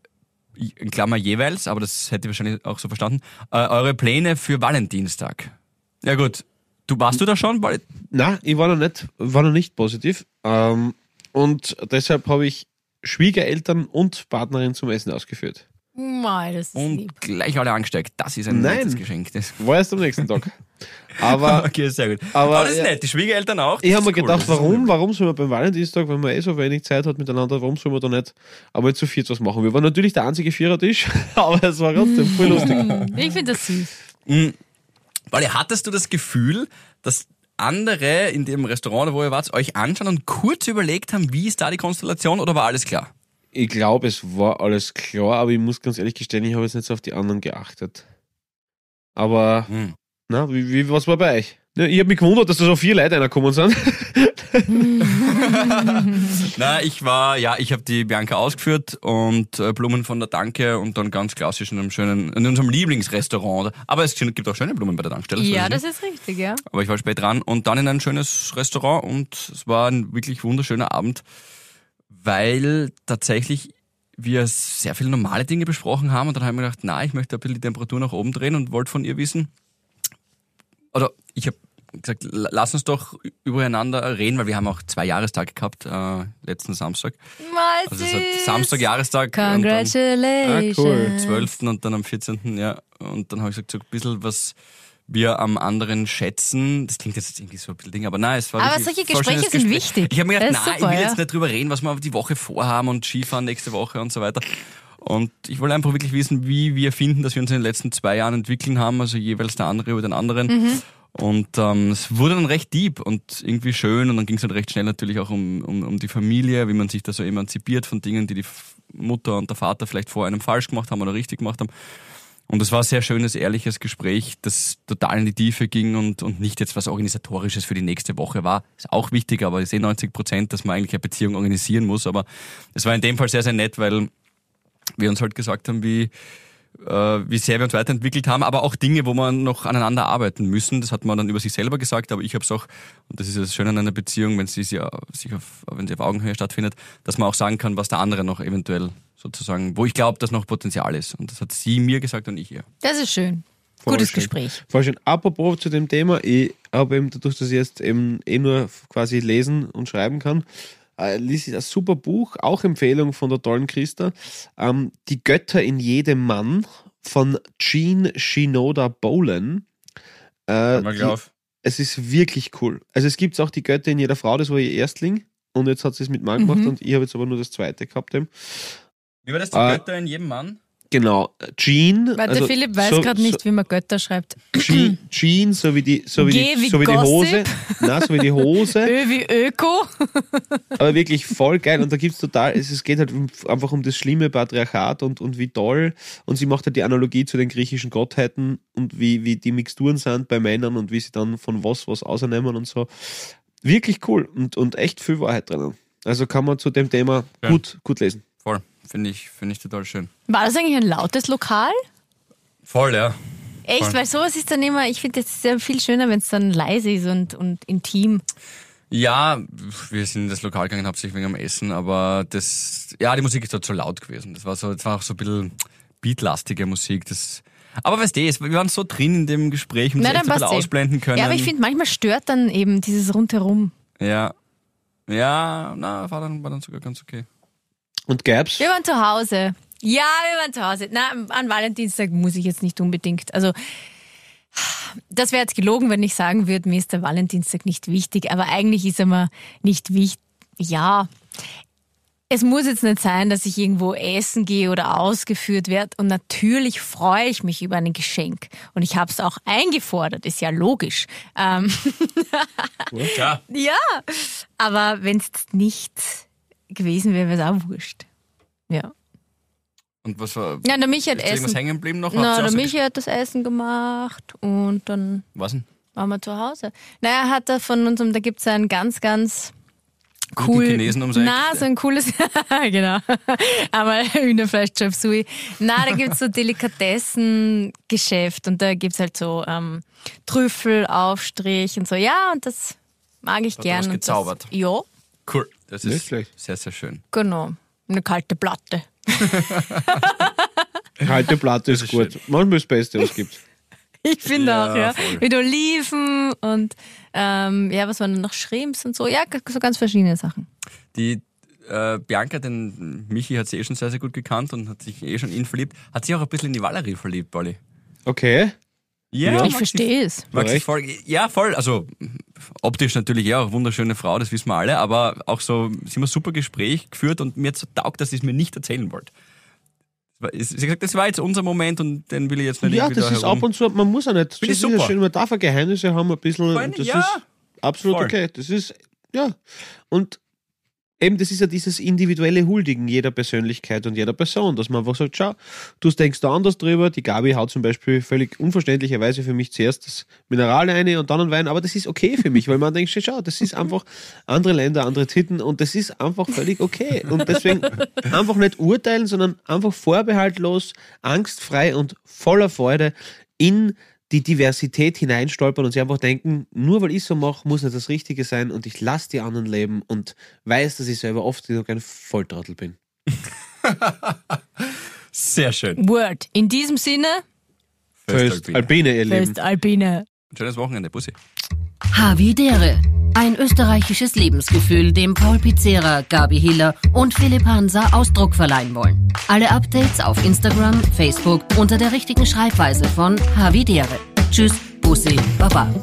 S2: in Klammer jeweils, aber das hätte ich wahrscheinlich auch so verstanden, äh, eure Pläne für Valentinstag? Ja gut, du warst du da schon? Weil-
S3: Nein, ich war noch nicht, war noch nicht positiv. Ähm, und deshalb habe ich Schwiegereltern und Partnerin zum Essen ausgeführt.
S4: Mei, das ist lieb.
S2: Und gleich alle angesteckt. Das ist ein
S3: Nein.
S2: nettes Geschenk. Das
S3: War erst am nächsten Tag. Aber
S2: okay, sehr gut. Aber,
S3: Aber-
S2: das ist nett, die Schwiegereltern auch. das
S3: ich habe
S2: ist
S3: mir
S2: cool.
S3: gedacht,
S2: Das ist
S3: warum, warum soll man beim Valentinstag, wenn man eh so wenig Zeit hat miteinander, warum soll man da nicht einmal zu viert was machen? Wir waren natürlich der einzige Vierertisch, aber es war trotzdem voll lustig.
S4: Hm, Ich finde das süß.
S2: Mhm. Weil hattest du das Gefühl, dass andere in dem Restaurant, wo ihr wart, euch anschauen und kurz überlegt haben, wie ist da die Konstellation oder war alles klar?
S3: Ich glaube, es war alles klar, aber ich muss ganz ehrlich gestehen, ich habe jetzt nicht so auf die anderen geachtet. Aber,
S2: Mhm.
S3: na, wie, wie, was war bei euch? Ja, Ich habe mich gewundert, dass da so vier Leute reingekommen sind.
S2: Na, ich war, ja, ich habe die Bianca ausgeführt und äh, Blumen von der Danke und dann ganz klassisch in einem schönen, in unserem Lieblingsrestaurant. Aber es gibt auch schöne Blumen bei der Tankstelle. so ist
S4: Ja,
S2: es
S4: das ist richtig, ja.
S2: Aber ich war spät dran und dann in ein schönes Restaurant und es war ein wirklich wunderschöner Abend, weil tatsächlich wir sehr viele normale Dinge besprochen haben und dann haben wir gedacht, na, ich möchte ein bisschen die Temperatur nach oben drehen und wollte von ihr wissen. Oder ich habe gesagt, la- lass uns doch ü- übereinander reden, weil wir haben auch zwei Jahrestage gehabt, äh, letzten Samstag.
S4: Mal
S2: Also es
S4: süß.
S2: hat Samstag Jahrestag. und dann-
S4: Congratulations.
S3: Ah, cool.
S2: 12. und dann am 14. Ja. Und dann habe ich gesagt, so ein bisschen was wir am anderen schätzen. Das klingt jetzt irgendwie so ein bisschen Ding, aber nein, es war
S4: Aber
S2: wirklich
S4: solche
S2: voll schönes
S4: Gespräche sind
S2: Gespräch.
S4: wichtig.
S2: Ich habe mir gedacht,
S4: Das ist
S2: nein,
S4: super,
S2: ich will
S4: ja.
S2: jetzt nicht drüber reden, was wir die Woche vorhaben und Skifahren nächste Woche und so weiter. Und ich wollte einfach wirklich wissen, wie wir finden, dass wir uns in den letzten zwei Jahren entwickeln haben, also jeweils der andere über den anderen.
S4: Mhm.
S2: Und ähm, es wurde dann recht deep und irgendwie schön und dann ging es halt recht schnell natürlich auch um, um, um die Familie, wie man sich da so emanzipiert von Dingen, die die F- Mutter und der Vater vielleicht vor einem falsch gemacht haben oder richtig gemacht haben. Und es war ein sehr schönes, ehrliches Gespräch, das total in die Tiefe ging und, und nicht jetzt was Organisatorisches für die nächste Woche war. Ist auch wichtig, aber ich sehe 90 Prozent, dass man eigentlich eine Beziehung organisieren muss. Aber es war in dem Fall sehr, sehr nett, weil wir uns halt gesagt haben, wie, äh, wie sehr wir uns weiterentwickelt haben, aber auch Dinge, wo man noch aneinander arbeiten müssen. Das hat man dann über sich selber gesagt, aber ich habe es auch, und das ist ja das Schöne an einer Beziehung, wenn sie, sie sich auf, wenn sie auf Augenhöhe stattfindet, dass man auch sagen kann, was der andere noch eventuell sozusagen, wo ich glaube, dass noch Potenzial ist. Und das hat sie mir gesagt und ich ihr.
S4: Das ist schön.
S3: Voll
S4: Gutes
S3: schön.
S4: Gespräch.
S3: Voll schön. Apropos zu dem Thema, ich habe eben dadurch, dass ich jetzt eben eh nur quasi lesen und schreiben kann, äh, ließ ich das super Buch, auch Empfehlung von der tollen Christa, ähm, Die Götter in jedem Mann von Jean Shinoda Bolan. Äh, die- es ist wirklich cool. Also es gibt auch die Götter in jeder Frau, das war ihr Erstling und jetzt hat sie es mit Mann gemacht
S4: Mhm.
S3: und ich habe jetzt aber nur das zweite gehabt. Eben.
S2: Wie war das?
S3: die Ah.
S2: in jedem Mann?
S3: Genau, Jean. also
S4: Weil der Philipp weiß
S3: so-
S4: gerade
S3: so-
S4: nicht, wie man Götter schreibt.
S3: Jean, Jean so wie die, so wie
S4: Mhm. Geh
S3: die,
S4: wie
S3: so wie die
S4: Gossip.
S3: Hose. Nein, so wie die Hose.
S4: Ö wie Öko.
S3: aber wirklich voll geil. Und da gibt's total, es, es geht halt um, einfach um das schlimme Patriarchat und, und wie toll. Und sie macht halt die Analogie zu den griechischen Gottheiten und wie, wie die Mixturen sind bei Männern und wie sie dann von was was ausernehmen und so. Wirklich cool und, und echt viel Wahrheit drinnen. Also kann man zu dem Thema
S2: Ja.
S3: gut, gut lesen.
S2: Voll. Finde ich, finde ich total schön.
S4: War das eigentlich ein lautes Lokal?
S2: Voll, ja.
S4: Echt,
S2: Voll.
S4: weil sowas ist dann immer, ich finde, das ist ja viel schöner, wenn es dann leise ist und, und intim.
S2: Ja, wir sind in das Lokal gegangen, hauptsächlich wegen am Essen, aber das, ja, die Musik ist dort so laut gewesen. Das war so, das war auch so ein bisschen beatlastige Musik. Das, aber weißt du, es- wir waren so drin in dem Gespräch und
S4: Na,
S2: es echt
S4: dann
S2: so ein bisschen
S4: passt eh.
S2: ausblenden können.
S4: Ja, aber ich finde, manchmal stört dann eben dieses Rundherum.
S2: Ja. Ja, na, war dann, war dann sogar ganz okay.
S3: Und gäb's,
S4: Wir waren zu Hause. Ja, wir waren zu Hause. Na, an Valentinstag muss ich jetzt nicht unbedingt. Also, das wäre jetzt gelogen, wenn ich sagen würde, mir ist der Valentinstag nicht wichtig. Aber eigentlich ist er mir nicht wichtig. Ja, es muss jetzt nicht sein, dass ich irgendwo essen gehe oder ausgeführt werde. Und natürlich freue ich mich über ein Geschenk. Und ich habe es auch eingefordert, ist ja logisch. Ähm,
S2: Ja.
S4: ja, aber wenn es jetzt nicht gewesen wäre, wäre es auch wurscht. Ja.
S2: Und was war.
S4: Ja, der Michi hat
S2: ist irgendwas
S4: Essen.
S2: hängen geblieben noch? Habt
S4: Na,
S2: ihr
S4: der
S2: ausge-
S4: Michi hat das Essen gemacht und dann
S2: Was denn?
S4: waren wir zu Hause. Naja, hat er von unserem, da gibt es einen ganz, ganz
S2: Guten
S4: cool.
S2: Chinesen ums Eck.
S4: Na, so ein cooles, genau. Aber Hühnerfleisch Chop Suey. Na, da gibt es so Delikatessen-Geschäft und da gibt es halt so ähm, Trüffelaufstrich und so. Ja, und das mag ich
S2: Hat er was
S4: gern. und das-
S2: gezaubert?
S4: Ja,
S2: Cool. Das
S3: Nicht
S2: ist
S3: schlecht.
S2: sehr, sehr schön.
S4: genau. Eine kalte Platte.
S3: Kalte Platte ist,
S2: ist
S3: gut.
S2: schön.
S3: Manchmal ist das Beste, was es gibt.
S4: Ich finde
S2: Ja,
S4: auch, ja.
S2: voll.
S4: Mit Oliven und ähm, ja, was waren denn noch Schrems und so. Ja, g- so ganz verschiedene Sachen.
S2: Die äh, Bianca, den Michi hat sie eh schon sehr, sehr gut gekannt und hat sich eh schon in ihn verliebt. Hat sich auch ein bisschen in die Valerie verliebt, Pauli.
S3: Okay.
S2: Ja,
S4: ich verstehe es.
S2: Maxi
S3: Recht.
S2: voll, ja, voll. Also optisch natürlich ja, auch wunderschöne Frau, das wissen wir alle, aber auch so, sie haben ein super Gespräch geführt und mir hat so taugt, dass sie es mir nicht erzählen wollte. Es war- es- Sie hat gesagt, das war jetzt unser Moment und den will ich jetzt nicht
S3: Ja,
S2: irgendwie
S3: das
S2: da
S3: ist
S2: herum.
S3: ab und zu, man muss auch nicht. Das
S2: Finde ich
S3: ist ja
S2: super.
S3: schön, man darf auch Geheimnisse haben, ein bisschen.
S2: Meine,
S3: und das
S2: ja.
S3: ist absolut
S2: Voll.
S3: okay. Das ist, ja. Und eben, das ist ja dieses individuelle Huldigen jeder Persönlichkeit und jeder Person, dass man einfach sagt, schau, du denkst da anders drüber. Die Gabi haut zum Beispiel völlig unverständlicherweise für mich zuerst das Mineral eine und dann einen Wein, aber das ist okay für mich, weil man denkt, schau, das ist einfach andere Länder, andere Titten und das ist einfach völlig okay. Und deswegen einfach nicht urteilen, sondern einfach vorbehaltlos, angstfrei und voller Freude in die Diversität hineinstolpern und sie einfach denken, nur weil ich so mache, muss nicht das Richtige sein und ich lasse die anderen leben und weiß, dass ich selber oft genug ein Volltrottel bin.
S2: Sehr schön.
S4: Word. In diesem Sinne,
S2: First Alpina.
S3: Albine, ihr Lieben.
S4: Fest Alpine.
S2: Schönes Wochenende, Bussi.
S1: Havidere. Ein österreichisches Lebensgefühl, dem Paul Pizzera, Gabi Hiller und Philipp Hansa Ausdruck verleihen wollen. Alle Updates auf Instagram, Facebook unter der richtigen Schreibweise von Havidere. Tschüss, Bussi, Baba.